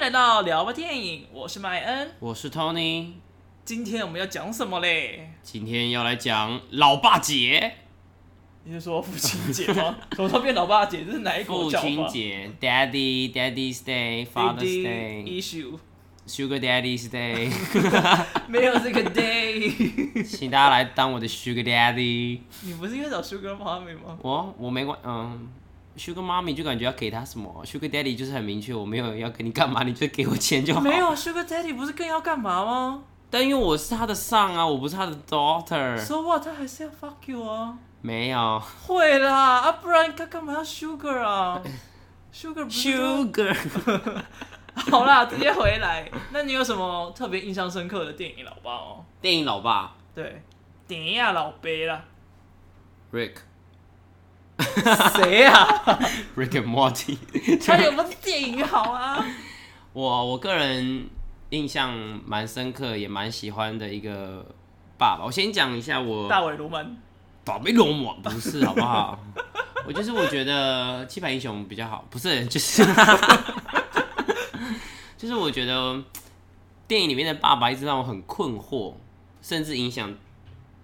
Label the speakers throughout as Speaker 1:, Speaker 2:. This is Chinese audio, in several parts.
Speaker 1: 来到聊吧电影，我是麦恩。
Speaker 2: 我是 Tony，
Speaker 1: 今天我们要讲什么嘞？
Speaker 2: 今天要来讲老爸节、
Speaker 1: 你是说父亲节 吗？什么时候变老爸节？这是哪一
Speaker 2: 父
Speaker 1: 国教法
Speaker 2: 亲节、Daddy、Daddy's Day、Father's Day、
Speaker 1: issue
Speaker 2: Sugar Daddy's Day，
Speaker 1: 没有这个 day。
Speaker 2: 请大家来当我的 Sugar Daddy。
Speaker 1: 你不是应该找 Sugar Mommy 吗？
Speaker 2: 我我没关，嗯，Sugar Mommy 就感觉要给他什么，Sugar Daddy 就是很明确，我没有要跟你干嘛，你就给我钱就好。
Speaker 1: 没有，，Sugar 啊 Daddy 不是更要干嘛吗
Speaker 2: 但因为我是他的上啊，我不是他的 daughter。
Speaker 1: ？So what？他还是要 fuck you 啊？
Speaker 2: 没有
Speaker 1: 会啦，啊不然他干嘛要 Sugar 啊？Sugar 不是都
Speaker 2: ，Sugar
Speaker 1: 好啦，直接回来。那你有什么特别印象深刻的电影老爸哦？
Speaker 2: 电影老爸
Speaker 1: 对，电影啊老杯啦，
Speaker 2: Rick
Speaker 1: 谁啊？
Speaker 2: Rick and Morty。
Speaker 1: 他有不是电影好啊？
Speaker 2: 我我个人印象蛮深刻，也蛮喜欢的一个爸爸。我先讲一下 我
Speaker 1: 大尾龙门
Speaker 2: 宝贝龙王，不 是好不好？我就是我觉得七百英雄比较好，不 是就是就是我觉得电影里面的爸爸一直让我很困惑，甚至影响，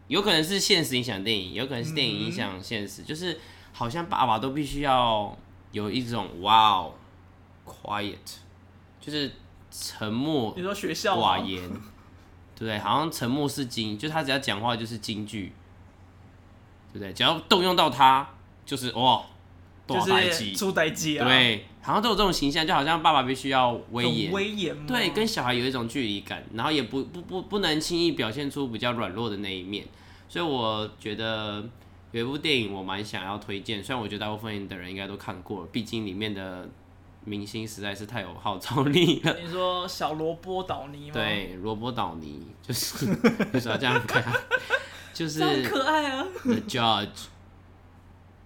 Speaker 2: 有可能是现实影响电影，有可能是电影影响现实，就是好像爸爸都必须要有一种 wow quiet，就是沉默
Speaker 1: 你说学校吗
Speaker 2: 寡言，对不对？好像沉默是金，就他只要讲话就是金句，对不对？只要动用到他，就是哦哇，多
Speaker 1: 就
Speaker 2: 少代际
Speaker 1: 是，出代机啊，
Speaker 2: 对，好像都有这种形象，就好像爸爸必须要威
Speaker 1: 很
Speaker 2: 严，
Speaker 1: 威严嘛，
Speaker 2: 对，跟小孩有一种距离感，然后也不不不不能轻易表现出比较软弱的那一面，所以我觉得。有一部电影我蛮想要推荐，虽然我觉得大部分的人应该都看过了，毕竟里面的明星实在是太有号召力了。
Speaker 1: 你说小萝卜倒泥吗？，
Speaker 2: 对，罗伯·岛尼就是 就是要这样看，就
Speaker 1: 这很
Speaker 2: 是
Speaker 1: 可爱啊。
Speaker 2: The Judge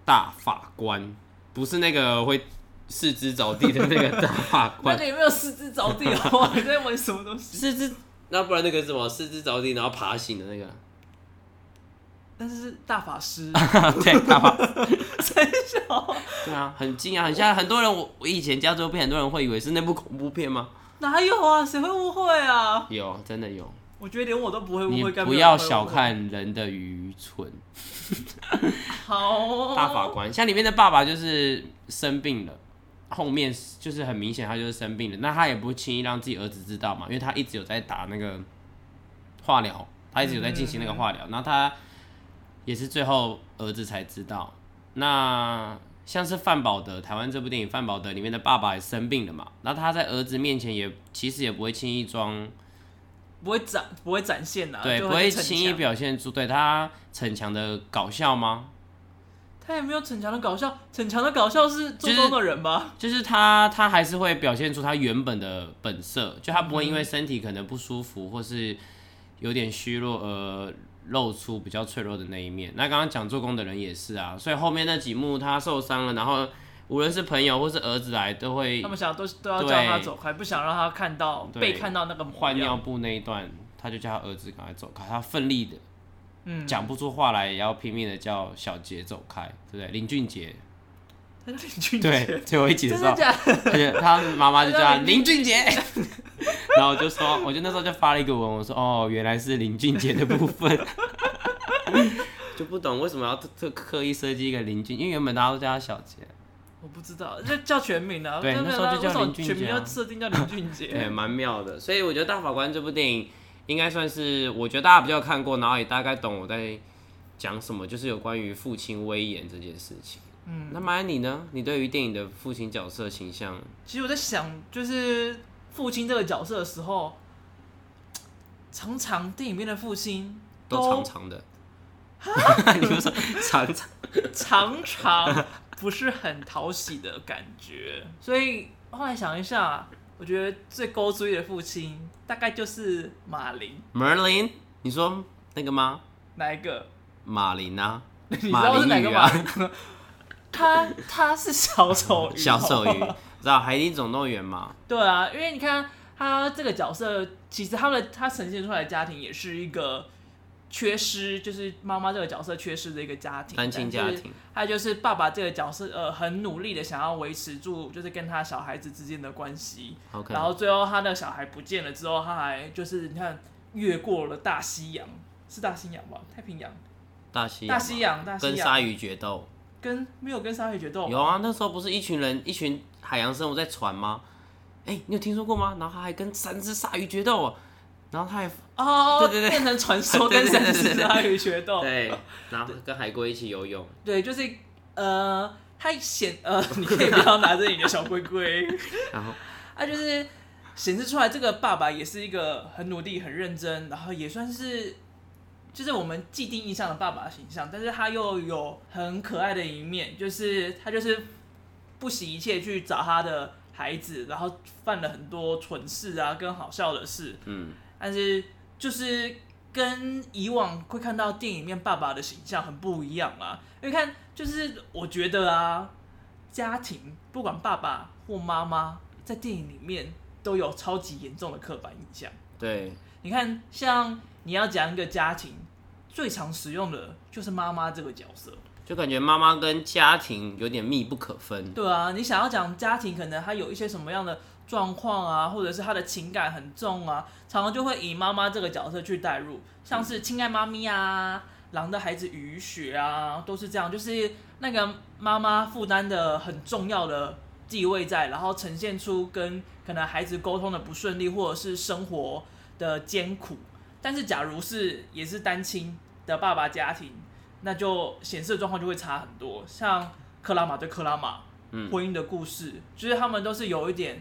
Speaker 2: 大法官，不是那个会四肢着地的那个大法
Speaker 1: 那
Speaker 2: 官，
Speaker 1: 个有没有四肢着地的 话，你在玩什么东西？
Speaker 2: 四肢那不然那个是什么四肢着地然后爬行的那 个，
Speaker 1: 但是是大法师
Speaker 2: 对，大法
Speaker 1: 三小，
Speaker 2: 对啊，很近啊，很像很多人我我以前加州片很多人会以为是那部恐怖片吗？
Speaker 1: 哪有啊？谁会误会啊？
Speaker 2: 有，真的有，
Speaker 1: 我觉得连我都不会
Speaker 2: 你
Speaker 1: 误会，该
Speaker 2: 不
Speaker 1: 有
Speaker 2: 要
Speaker 1: 人会
Speaker 2: 小
Speaker 1: 误会。
Speaker 2: 看人的愚蠢。
Speaker 1: 好哦，
Speaker 2: 大法官，像里面的爸爸就是生病了，后面就是很明显他就是生病了，那他也不轻易让自己儿子知道嘛，因为他一直有在打那个化疗，他一直有在进行那个化疗，然后他也是最后儿子才知道。那像是范宝德，台湾这部电影《范宝德》里面的爸爸也生病了嘛，那他在儿子面前也其实也不会轻易装
Speaker 1: 不会展不会展现呐、啊，
Speaker 2: 对，
Speaker 1: 就
Speaker 2: 不会
Speaker 1: 逞
Speaker 2: 轻易
Speaker 1: 强
Speaker 2: 表现出对他逞强的搞笑吗？
Speaker 1: 他也没有逞强的搞笑，逞强的搞笑是做
Speaker 2: 就是
Speaker 1: 工的人吧？
Speaker 2: 就是他，他还是会表现出他原本的本色，就他不会因为身体可能不舒服或是有点虚弱而露出比较脆弱的那一面。那刚刚讲做工的人也是啊，所以后面那几幕他受伤了，然后无论是朋友或是儿子来，都会
Speaker 1: 他们想都都要
Speaker 2: 对
Speaker 1: 叫他走开，不想让他看到
Speaker 2: 对
Speaker 1: 被看到那个模样
Speaker 2: 换尿，布那一段，他就叫他儿子赶快走开，他奋力的
Speaker 1: 嗯，
Speaker 2: 讲不出话来，也要拼命的叫小杰走开，对不对？林俊杰，
Speaker 1: 他叫林 俊杰，
Speaker 2: 对，最后一集的
Speaker 1: 真
Speaker 2: 时
Speaker 1: 的，
Speaker 2: 候
Speaker 1: 假的？
Speaker 2: 而且 他妈妈就叫他
Speaker 1: 林
Speaker 2: 林俊杰， 然后我就说，我就那时候就发了一个文，我说哦，原来是林俊杰的部分， 就不懂为什么要特特刻意设计一个林俊，因为原本大家都叫他小杰，
Speaker 1: 我不知道，这叫全名啊，
Speaker 2: 对
Speaker 1: 真的
Speaker 2: 那时候就叫
Speaker 1: 为什么
Speaker 2: 林俊杰啊
Speaker 1: 全名要设定叫林俊
Speaker 2: 对，
Speaker 1: 杰，
Speaker 2: 蛮妙的。所以我觉得《大法官》这部电影应该算是，我觉得大家比较有看过，然后也大概懂我在讲什么，就是有关于父亲威严这件事情。嗯，那马安你呢？你对于电影的父亲角色形象，
Speaker 1: 其实我在想，就是父亲这个角色的时候，常常电影里面的父亲
Speaker 2: 都长长的， 你们说长长。
Speaker 1: 常常 不是很讨喜的感觉。所以后来想一下，我觉得最勾追的父亲大概就是马林
Speaker 2: Merlin，你说那个吗？
Speaker 1: 哪一个？
Speaker 2: 马林啊，
Speaker 1: 你知
Speaker 2: 马
Speaker 1: 道是哪
Speaker 2: 林
Speaker 1: 个
Speaker 2: 鱼
Speaker 1: 马
Speaker 2: 啊，
Speaker 1: 林吗？ 他他是小丑鱼，
Speaker 2: 小丑
Speaker 1: 好
Speaker 2: 鱼
Speaker 1: 不好。，
Speaker 2: 知道《海底总动员》 嘛？
Speaker 1: 对啊，因为你看他这个角色，其实他们的他呈现出来的家庭也是一个缺失，就是妈妈这个角色缺失的一个家庭，
Speaker 2: 单亲家
Speaker 1: 但是
Speaker 2: 庭，
Speaker 1: 还有就是爸爸这个角色，呃，很努力的想要维持住，就是跟他小孩子之间的关系。
Speaker 2: OK，
Speaker 1: 然后最后他的小孩不见了之后，他还就是你看越过了大西洋，是大西洋吧？太平洋、
Speaker 2: 大西
Speaker 1: 大
Speaker 2: 洋
Speaker 1: 西洋、哦大西
Speaker 2: 跟
Speaker 1: 洋，
Speaker 2: 鲨鱼决斗，
Speaker 1: 跟没有跟鲨鱼决斗，
Speaker 2: 有啊，那时候不是一群人，一群海洋生物在船吗？哎、你有听说过吗？然后他还跟三只鲨鱼决斗哦，然后他还
Speaker 1: 哦，
Speaker 2: 对对对
Speaker 1: 变成传说跟
Speaker 2: 对对
Speaker 1: 三
Speaker 2: 对
Speaker 1: 只
Speaker 2: 对 对
Speaker 1: 鲨鱼决斗，
Speaker 2: 对，然后跟海龟一起游泳，
Speaker 1: 对，就是呃，他显 呃，你可以不要拿着你的小龟龟，
Speaker 2: 然后
Speaker 1: 他就是显示出来这个爸爸也是一个很努力、很认真，然后也算是就是我们既定印象的爸爸形象，但是他又有很可爱的一面，就是他就是不惜一切去找他的孩子，然后犯了很多蠢事啊，跟好笑的事，
Speaker 2: 嗯，
Speaker 1: 但是就是跟以往会看到电影里面爸爸的形象很不一样啊。因为看，就是我觉得啊，家庭不管爸爸或妈妈，在电影里面都有超级严重的刻板印象。
Speaker 2: 对，
Speaker 1: 你看，像你要讲一个家庭，最常使用的就是妈妈这个角色。
Speaker 2: 就感觉妈妈跟家庭有点密不可分，
Speaker 1: 对啊，你想要讲家庭，可能他有一些什么样的状况啊，或者是他的情感很重啊，常常就会以妈妈这个角色去代入，像是《亲爱妈咪》啊，《狼的孩子雨雪》啊，都是这样，就是那个妈妈负担的很重要的地位在，然后呈现出跟可能孩子沟通的不顺利，或者是生活的艰苦。但是，假如是也是单亲的爸爸家庭，那就显示的状况就会差很多。像克拉玛对克拉玛，
Speaker 2: 嗯
Speaker 1: 婚姻的故事，就是他们都是有一点，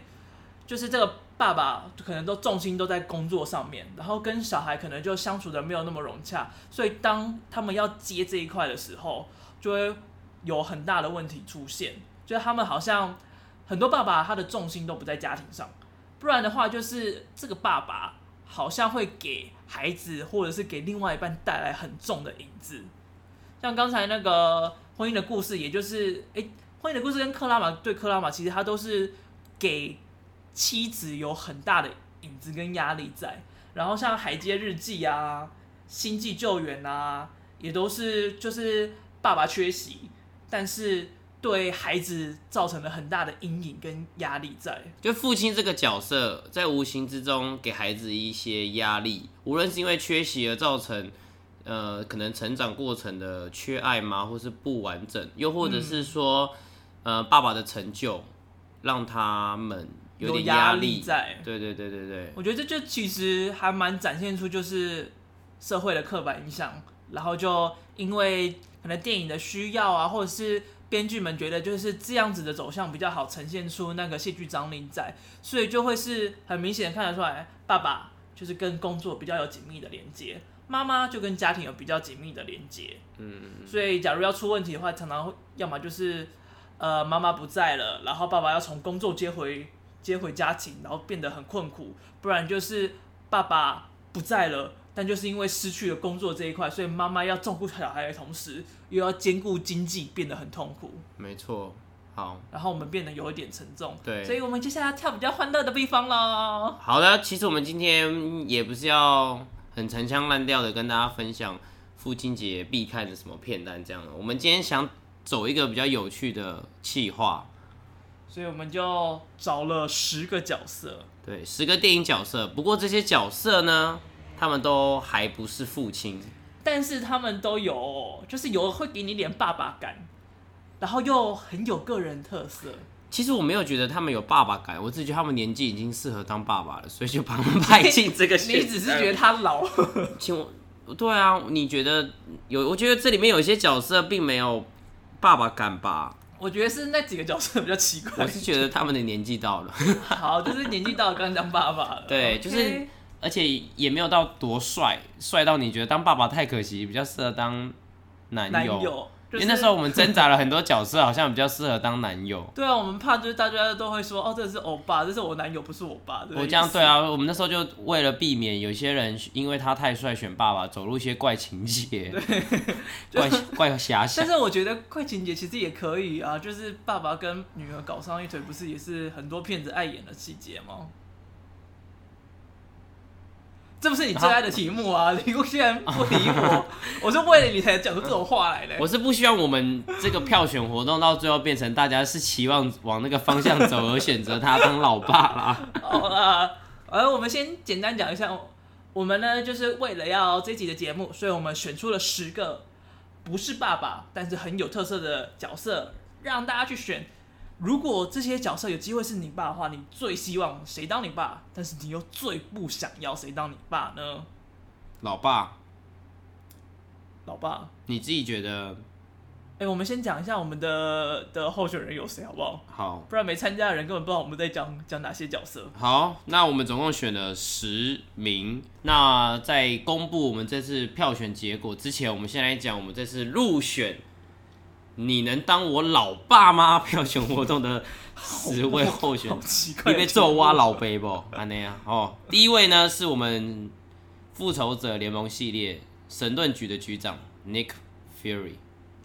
Speaker 1: 就是这个爸爸可能都重心都在工作上面，然后跟小孩可能就相处的没有那么融洽，所以当他们要接这一块的时候，就会有很大的问题出现，就是他们好像很多爸爸他的重心都不在家庭上，不然的话就是这个爸爸好像会给孩子或者是给另外一半带来很重的影子，像刚才那个婚姻的故事，也就是诶，婚姻的故事跟克拉玛对克拉玛，其实他都是给妻子有很大的影子跟压力在。然后像《海街日记》啊，《星际救援》啊，也都是就是爸爸缺席，但是对孩子造成了很大的阴影跟压力在。
Speaker 2: 就父亲这个角色，在无形之中给孩子一些压力，无论是因为缺席而造成，呃，可能成长过程的缺爱吗，或是不完整，又或者是说，呃，爸爸的成就让他们有点
Speaker 1: 压
Speaker 2: 力。
Speaker 1: 在。
Speaker 2: 对对对对对，
Speaker 1: 我觉得这就其实还蛮展现出就是社会的刻板印象，然后就因为可能电影的需要啊，或者是编剧们觉得就是这样子的走向比较好呈现出那个戏剧张力在，所以就会是很明显的看得出来，爸爸就是跟工作比较有紧密的连接，妈妈就跟家庭有比较紧密的连接。嗯，所以假如要出问题的话，常常会要么就是呃妈妈不在了，然后爸爸要从工作接回接回家庭，然后变得很困苦；不然就是爸爸不在了，但就是因为失去了工作这一块，所以妈妈要照顾小孩的同时，又要兼顾经济，变得很痛苦。
Speaker 2: 没错。好，
Speaker 1: 然后我们变得有一点沉重，
Speaker 2: 对
Speaker 1: 所以我们接下来跳比较欢乐的地方喽。
Speaker 2: 好的，其实我们今天也不是要很陈腔滥调的跟大家分享父亲节必看的什么片段这样的，我们今天想走一个比较有趣的企划。
Speaker 1: 所以我们就找了十个角色，
Speaker 2: 对，十个电影角色，不过这些角色呢，他们都还不是父亲，
Speaker 1: 但是他们都有，就是有会给你一点爸爸感，然后又很有个人特色。
Speaker 2: 其实我没有觉得他们有爸爸感，我只是觉得他们年纪已经适合当爸爸了，所以就把他们派进这个选 项。
Speaker 1: 你只是觉得他 老，
Speaker 2: 请我，对啊，你觉得有？我觉得这里面有一些角色并没有爸爸感吧，
Speaker 1: 我觉得是那几个角色比较奇
Speaker 2: 我
Speaker 1: 怪。
Speaker 2: 是觉得他们的年纪到了，
Speaker 1: 好，就是年纪到了刚当爸爸了。
Speaker 2: 对
Speaker 1: OK
Speaker 2: 就是而且也没有到多帅，帅到你觉得当爸爸太可惜，比较适合当男友。
Speaker 1: 男友，就
Speaker 2: 因
Speaker 1: 是
Speaker 2: 为那时候我们挣扎了很多角色，好像比较适合当男友。
Speaker 1: 对啊，我们怕就是大家都会说哦，这是欧巴，这是我男友，不是我爸。
Speaker 2: 我这样对
Speaker 1: 啊，
Speaker 2: 啊，我们那时候就为了避免有些人因为他太帅选爸爸，走入一些怪情节， 怪怪遐想
Speaker 1: 但。是我觉得快情节其实也可以啊，就是爸爸跟女儿搞上一腿，不是也是很多骗子爱演的细节吗？这不是你最爱的题目啊！你居然不理我，我是为了你才讲出这种话来的。
Speaker 2: 我是不希望我们这个票选活动到最后变成大家是期望往那个方向走而选择他当老爸啦。
Speaker 1: 好啦，而我们先简单讲一下，我们呢就是为了要这一集的节目，所以我们选出了十个不是爸爸，但是很有特色的角色，让大家去选。如果这些角色有机会是你爸的话，你最希望谁当你爸？但是你又最不想要谁当你爸呢？
Speaker 2: 老爸，
Speaker 1: 老爸，
Speaker 2: 你自己觉得
Speaker 1: 哎、我们先讲一下我们的的候选人有谁好不好？
Speaker 2: 好？
Speaker 1: 不然没参加的人根本不知道我们在讲讲哪些角色。
Speaker 2: 好，那我们总共选了十名。那在公布我们这次票选结果之前，我们先来讲我们这次入选“你能当我老爸吗”票选活动的十位 候选
Speaker 1: 好
Speaker 2: 人。
Speaker 1: 奇怪，
Speaker 2: 你被咒挖老杯不？安内啊，哦，第一位呢是我们复仇者联盟系列神盾局的局长 Nick Fury，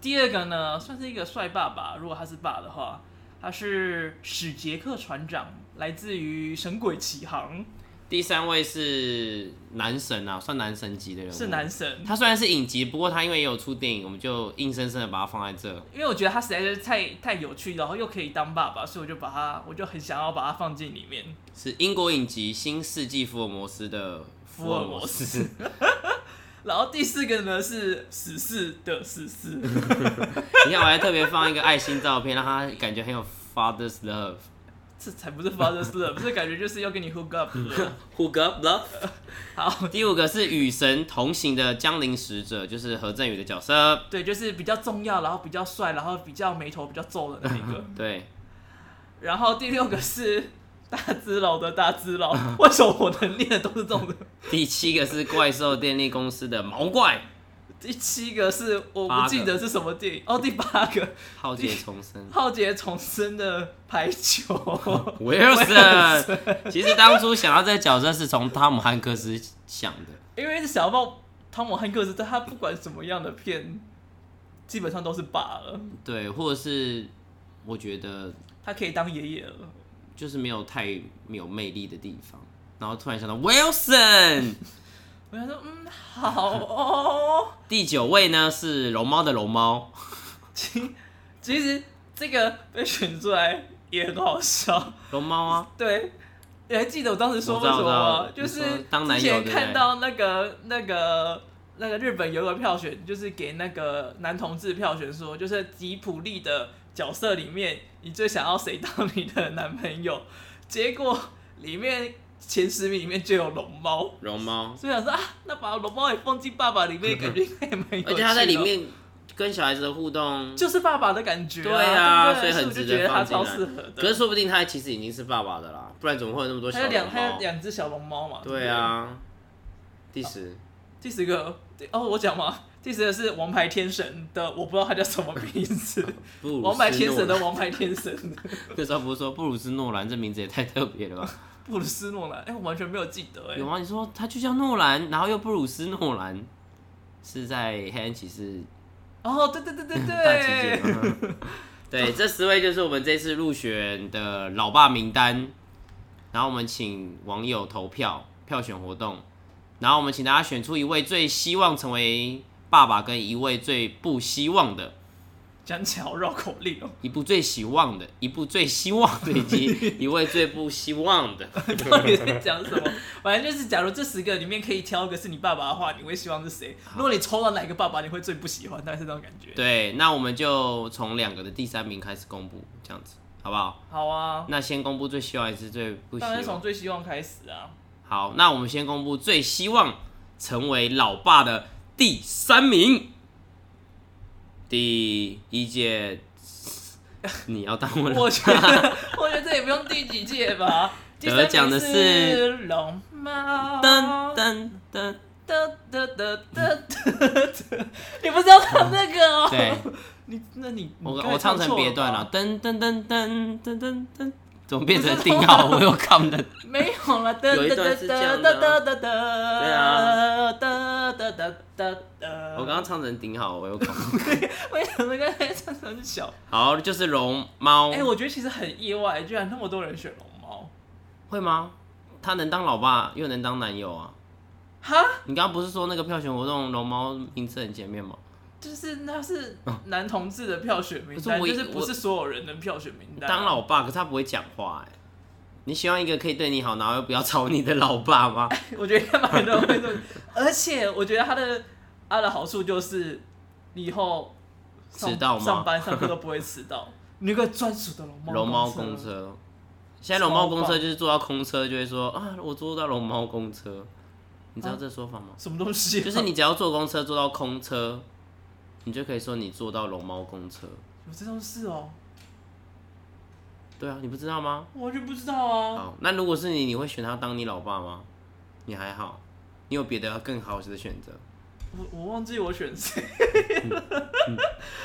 Speaker 1: 第二个呢，算是一个帅爸爸，如果他是爸的话，他是史杰克船长，来自于《神鬼奇航
Speaker 2: 第三位是男神啊，算男神级的人》，物，
Speaker 1: 是男神。
Speaker 2: 他虽然是影集，不过他因为也有出电影，我们就硬生生的把它放在这。
Speaker 1: 因为我觉得他实在是太太有趣，然后又可以当爸爸，所以我就把他，我就很想要把他放进里面。
Speaker 2: 是英国影集《新世纪福尔摩斯》的
Speaker 1: 福尔摩斯。然后第四个呢是死侍的死侍，
Speaker 2: 你看，我还特别放一个爱心照片，让他感觉很有 father's love。
Speaker 1: 这才不是 father's love，这感觉就是要跟你 hook up 了。
Speaker 2: Hook up love。
Speaker 1: 好，
Speaker 2: 第五个是与神同行的江陵使者，就是何振宇的角色。
Speaker 1: 对，就是比较重要，然后比较帅，然后比较眉头比较皱的那一个。
Speaker 2: 对，
Speaker 1: 然后第六个是大只佬的大只 佬，为什么我能念的都是这种的？
Speaker 2: 第七个是怪兽电力公司的毛怪，
Speaker 1: 第七个是我
Speaker 2: 八
Speaker 1: 不
Speaker 2: 个
Speaker 1: 记得是什么电影哦，第八个
Speaker 2: 浩劫重生。
Speaker 1: 浩劫重生的排 球，
Speaker 2: Wilson，其实当初想到这个角色是从汤姆汉克斯想的。
Speaker 1: 因为小猫汤姆汉克斯，他不管什么样的片，基本上都是爸了，
Speaker 2: 对，或者是我觉得
Speaker 1: 他可以当爷爷了。
Speaker 2: 就是没有太没有魅力的地方，然后突然想到 Wilson。
Speaker 1: 我想说，嗯，好哦。
Speaker 2: 第九位呢是龙猫的龙猫，
Speaker 1: 其其实这个被选出来也很好笑，
Speaker 2: 龙猫啊，
Speaker 1: 对，你还记得我当时说
Speaker 2: 我
Speaker 1: 过
Speaker 2: 知道
Speaker 1: 什么
Speaker 2: 我知
Speaker 1: 吗
Speaker 2: 道？
Speaker 1: 就
Speaker 2: 你说
Speaker 1: 是
Speaker 2: 当男
Speaker 1: 之
Speaker 2: 友
Speaker 1: 前
Speaker 2: 对不对
Speaker 1: 看到那个那个那个日本有个票选，就是给那个男同志票选说，就是吉普力的角色里面，你最想要谁当你的男朋友？结果里面前十名里面就有龙猫。
Speaker 2: 龙猫，
Speaker 1: 所以想说啊，那把龙猫也放进爸爸里 面，感觉应该也蛮有趣的
Speaker 2: 而且他在里面跟小孩子的互动，
Speaker 1: 就是爸爸的感觉、
Speaker 2: 对
Speaker 1: 啊，
Speaker 2: 啊，所以
Speaker 1: 我
Speaker 2: 很
Speaker 1: 就
Speaker 2: 值
Speaker 1: 觉得
Speaker 2: 得
Speaker 1: 他
Speaker 2: 放进
Speaker 1: 超适合
Speaker 2: 来。可是
Speaker 1: 的。
Speaker 2: 说不定他其实已经是爸爸的啦，不然怎么会有那么多小
Speaker 1: 还有两，
Speaker 2: 龙
Speaker 1: 还有
Speaker 2: 猫？
Speaker 1: 两只小龙猫嘛？
Speaker 2: 对
Speaker 1: 不
Speaker 2: 啊，第十，
Speaker 1: 第十个，第哦，我讲嘛，第十个是王牌天神的，我不知道他叫什么名 字，
Speaker 2: 布鲁斯
Speaker 1: 王牌天神
Speaker 2: 诺
Speaker 1: 的
Speaker 2: 兰，
Speaker 1: 王牌天神，
Speaker 2: 那时候不是说布鲁斯诺兰这名字也太特别了吧？
Speaker 1: 布鲁斯诺兰，哎、我完全没有记得、
Speaker 2: 有
Speaker 1: 哎，
Speaker 2: 吗？你说他就叫诺兰，然后又布鲁斯诺兰，是在黑暗骑士
Speaker 1: 哦，对对对对
Speaker 2: 大集结
Speaker 1: 对，
Speaker 2: 吗。 对，这十位就是我们这次入选的老爸名单，然后我们请网友投票，票选活动，然后我们请大家选出一位最希望成为爸爸，跟一位最不希望的，
Speaker 1: 讲起来好绕口令哦、
Speaker 2: 一部最希望的，一部最希望的，以及一位最不希望的。
Speaker 1: 到底在讲什么？反正就是，假如这十个里面可以挑一个是你爸爸的话，你会希望是谁？如果你抽到哪个爸爸，你会最不喜欢，大概是这种感觉。
Speaker 2: 对，那我们就从两个的第三名开始公布，这样子好不好？
Speaker 1: 好啊，
Speaker 2: 那先公布最希望还是最不希
Speaker 1: 当然是
Speaker 2: 望？
Speaker 1: 从最希望开始啊。
Speaker 2: 好，那我们先公布最希望成为老爸的第三名。第一届，你要当我老
Speaker 1: 我觉 得，我觉得这也不用第几届吧。第三
Speaker 2: 得奖的
Speaker 1: 名
Speaker 2: 是
Speaker 1: 是龙猫。
Speaker 2: 噔噔噔，
Speaker 1: 噔噔噔噔噔， 你不知道唱那个哦？
Speaker 2: 对，
Speaker 1: 你那你
Speaker 2: 我
Speaker 1: 你刚才
Speaker 2: 我唱成
Speaker 1: 错
Speaker 2: 别段啊
Speaker 1: 吧
Speaker 2: 了，噔噔噔噔噔噔噔，怎么变成定号？我有看 的，
Speaker 1: 没有了，噔
Speaker 2: 有
Speaker 1: 噔
Speaker 2: 一段
Speaker 1: 噔
Speaker 2: 是
Speaker 1: 噔
Speaker 2: 这样
Speaker 1: 噔
Speaker 2: 的
Speaker 1: 噔
Speaker 2: 啊
Speaker 1: 噔噔，对
Speaker 2: 啊
Speaker 1: 噔噔噔噔噔，
Speaker 2: 我刚刚唱成顶好，我有看。
Speaker 1: 为什么刚才唱成小？
Speaker 2: 好，就是龙猫，
Speaker 1: 哎，我觉得其实很意外，居然那么多人选龙猫。
Speaker 2: 会吗？他能当老爸，又能当男友啊？
Speaker 1: 哈，
Speaker 2: 你刚刚不是说那个票选活动龙猫名次很前面吗？
Speaker 1: 就是那是男同志的票选名
Speaker 2: 哦可是
Speaker 1: 单，
Speaker 2: 我
Speaker 1: 就
Speaker 2: 也
Speaker 1: 是不
Speaker 2: 我
Speaker 1: 是所有人的票选名单。啊
Speaker 2: 当老爸，可是他不会讲话哎、你希望一个可以对你好，然后又不要吵你的老爸 吗？
Speaker 1: 我觉得要买都会中，而且我觉得它的它的好处就是，你以后上
Speaker 2: 迟到吗
Speaker 1: 上班上课都不会迟 到。你有个专属的龙猫啊
Speaker 2: 龙猫公
Speaker 1: 车，
Speaker 2: 车，现在龙猫公车就是坐到空车就会说啊，我坐到龙猫公车，你知道这说法 吗？
Speaker 1: 什么东西啊、
Speaker 2: 就是你只要坐公车坐到空车，你就可以说你坐到龙猫公车。
Speaker 1: 有这种事哦，
Speaker 2: 对啊，你不知道吗？
Speaker 1: 我完全不知道啊。
Speaker 2: 好，那如果是你，你会选他当你老爸吗？你还好，你有别的更好的选 择。
Speaker 1: 我我忘记我选谁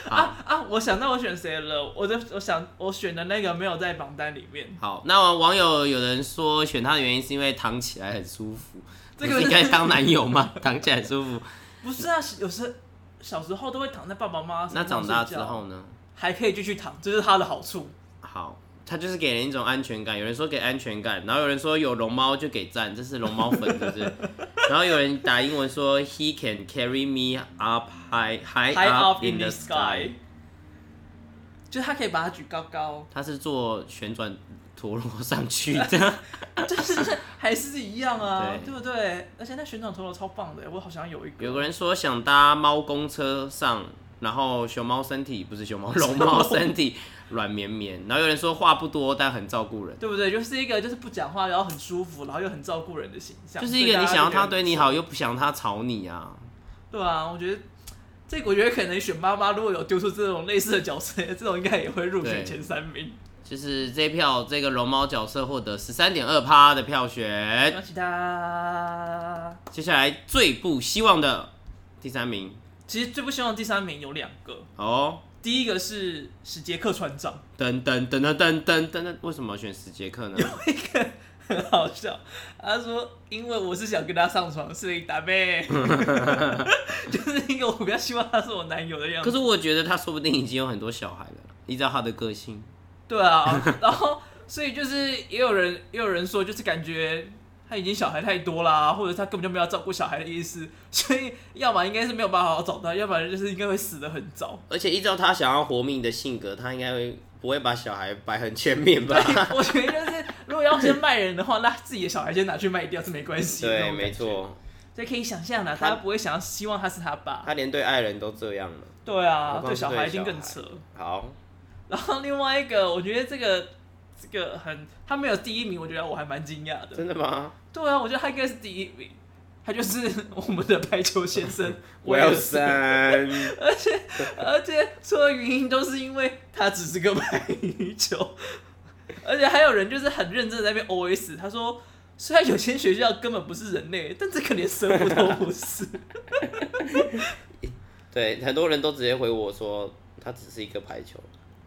Speaker 2: 好
Speaker 1: 啊啊！我想到我选谁了，我的我想我选的那个没有在榜单里面。
Speaker 2: 好，那网友有人说选他的原因是因为躺起来很舒服，
Speaker 1: 这
Speaker 2: 你
Speaker 1: 个
Speaker 2: 是应该当男友吗？ 躺起来舒服，
Speaker 1: 不是啊，有时小时候都会躺在爸爸妈妈身
Speaker 2: 那
Speaker 1: 上
Speaker 2: 长大
Speaker 1: 睡
Speaker 2: 之
Speaker 1: 觉
Speaker 2: 后呢？
Speaker 1: 还可以继续躺，这是它的好处。
Speaker 2: 好，他就是给人一种安全感。有人说给安全感，然后有人说有龙猫就给赞，这是龙猫粉，是不是？然后有人打英文说 He can carry me up high high
Speaker 1: High
Speaker 2: up
Speaker 1: up
Speaker 2: in
Speaker 1: in
Speaker 2: the
Speaker 1: the
Speaker 2: sky
Speaker 1: sky。就是他可以把它举高 高，
Speaker 2: 他是坐旋转陀螺上去的。
Speaker 1: 就是还是一样啊，
Speaker 2: 对
Speaker 1: 对不对？而且那旋转陀螺超棒的，我好想有一个。
Speaker 2: 有个人说想搭猫公车上，然后熊猫身体不是熊猫，龙猫身体软绵绵。然后有人说话不多，但很照 顾人，
Speaker 1: 对不对？就是一个就是不讲话，然后很舒服，然后又很照顾人的形象。
Speaker 2: 就是一个你想要他对你
Speaker 1: 好。
Speaker 2: 好，又不想他吵你啊。
Speaker 1: 对啊，我觉得这个我觉得可能选妈妈如果有丢出这种类似的角色，这种应该也会入
Speaker 2: 对
Speaker 1: 选前三名。
Speaker 2: 就是这一票，这个龙猫角色获得十三点二趴的票选。
Speaker 1: 恭喜他！
Speaker 2: 接下来最不希望的第三名
Speaker 1: 其实最不希望第三名有两个，
Speaker 2: 哦，
Speaker 1: 第一个是史杰克船长，
Speaker 2: 噔噔噔噔噔噔噔噔，为什么选史杰克呢？
Speaker 1: 很好笑。他说：“因为我是想跟他上床，是一打 呗， 就是一个我比较希望他是我男友的样
Speaker 2: 可
Speaker 1: 子。
Speaker 2: 是我觉得他说不定已经有很多小孩了，依照他的个性。”
Speaker 1: 对啊，然后所以就是也有人也有人说，就是感觉他已经小孩太多啦，或者他根本就没有照顾小孩的意思，所以要么应该是没有办法好好找到，要不然就是应该会死的很 早。
Speaker 2: 而且依照他想要活命的性格，他应该会不会把小孩摆很前面吧
Speaker 1: 对？，我觉得就是如果要先卖人的话，那自己的小孩先拿去卖掉是没关系的。
Speaker 2: 对，没。错，
Speaker 1: 所以可以想象啦，
Speaker 2: 他
Speaker 1: 他不会想要希望他是他爸。
Speaker 2: 他连对爱人都这样了。
Speaker 1: 对啊
Speaker 2: 何，况
Speaker 1: 对
Speaker 2: 是
Speaker 1: 小
Speaker 2: 对
Speaker 1: 孩一定
Speaker 2: 小
Speaker 1: 更
Speaker 2: 孩
Speaker 1: 扯。
Speaker 2: 好，
Speaker 1: 然后另外一个，我觉得这个这个很，他没有第一名，我觉得我还蛮惊讶的。
Speaker 2: 真的吗
Speaker 1: 对啊，我觉得他应该是第一名，他就是我们的排球先生 Wales
Speaker 2: ？Wilson，
Speaker 1: 而且而且所有原因都是因为他只是个 排球，而且还有人就是很认真地在那边 OS，他说虽然有些学校根本不是人类，但这个连生物都不是。
Speaker 2: 对，很多人都直接回我说他只是一个排球。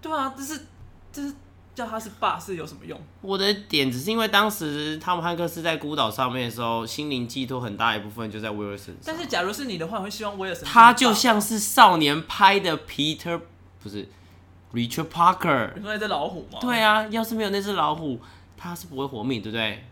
Speaker 1: 对啊，这是这是叫他是爸是有什么用？
Speaker 2: 我的点只是因为当时汤姆汉克斯在孤岛上面的时候，心灵寄托很大一部分就在 Wilson
Speaker 1: 但
Speaker 2: 上。
Speaker 1: 是假如是你的话，我会希望威尔森
Speaker 2: 他
Speaker 1: 是你
Speaker 2: 就
Speaker 1: 爸
Speaker 2: 像是少年拍的 Peter，不是 Richard Parker，
Speaker 1: 你说那只老虎吗？
Speaker 2: 对啊，要是没有那只老虎，它是不会活命，对不对？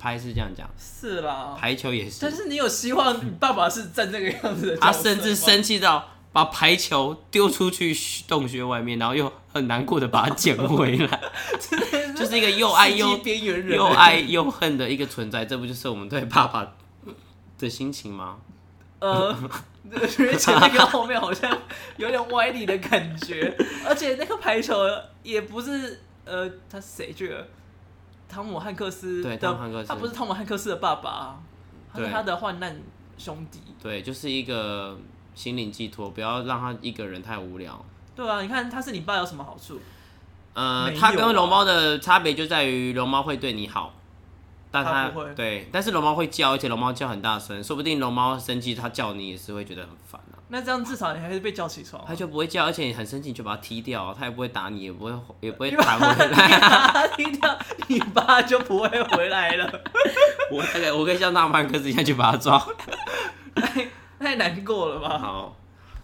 Speaker 2: 拍是这样讲，
Speaker 1: 是啦。
Speaker 2: 排球也是，
Speaker 1: 但是你有希望你爸爸是站这个样子的角色吗，
Speaker 2: 他甚至生气到把排球丢出去洞穴外面，然后又很难过的把它捡回来， 就是一个又爱
Speaker 1: 世
Speaker 2: 又
Speaker 1: 纪边缘人，
Speaker 2: 又爱又恨的一个存在。这不就是我们对爸爸的心情吗？
Speaker 1: 呃，而且那个后面好像有点歪理的感觉，而且那个排球也不是呃，他是谁去了？汤姆汉克斯的
Speaker 2: 对汤姆汉克斯
Speaker 1: 他不是汤姆汉克斯的爸爸啊，他是
Speaker 2: 对
Speaker 1: 他的患难兄弟。
Speaker 2: 对，就是一个心灵寄托，不要让他一个人太无聊。
Speaker 1: 对啊，你看他是你爸有什么好处？
Speaker 2: 呃
Speaker 1: 没，有
Speaker 2: 它跟
Speaker 1: 啊
Speaker 2: 龙猫的差别就在于龙猫会对你好，但
Speaker 1: 它
Speaker 2: 它
Speaker 1: 不会
Speaker 2: 对，但是龙猫会叫，而且龙猫叫很大声，说不定龙猫生气，它叫你也是会觉得很烦啊。
Speaker 1: 那这样至少你还是被叫起床 啊
Speaker 2: 它，就不会叫，而且你很生气，你就把它踢掉啊，它也不会打你，也不会也不会
Speaker 1: 你
Speaker 2: 弹
Speaker 1: 把
Speaker 2: 回来。
Speaker 1: 他踢掉，你爸就不会回来了，
Speaker 2: 我大概我可以像大曼克斯一样去把它抓回来。
Speaker 1: 太难过了吧？
Speaker 2: 好，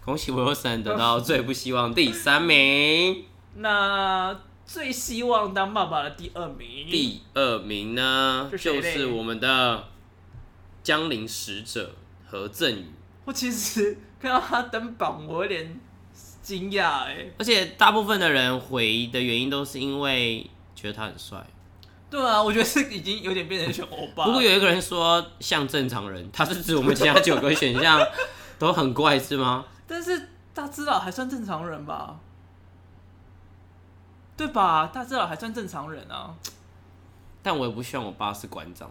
Speaker 2: 恭喜我神得到最不希望第三名，
Speaker 1: 那最希望当爸爸的第二名，
Speaker 2: 第二名呢
Speaker 1: 是谁
Speaker 2: 就
Speaker 1: 嘞
Speaker 2: 是我们的江陵使者何振宇，
Speaker 1: 我其实看到他登榜，我有点惊讶哎。
Speaker 2: 而且大部分的人回的原因都是因为觉得他很帅。
Speaker 1: 对啊，我觉得是已经有点变成一群欧巴。
Speaker 2: 不过有一个人说像正常人，他是指我们其他九个选项都很怪是吗？
Speaker 1: 但是大智佬还算正常人吧？对吧？大智佬还算正常人啊。
Speaker 2: 但我也不希望我爸是馆长，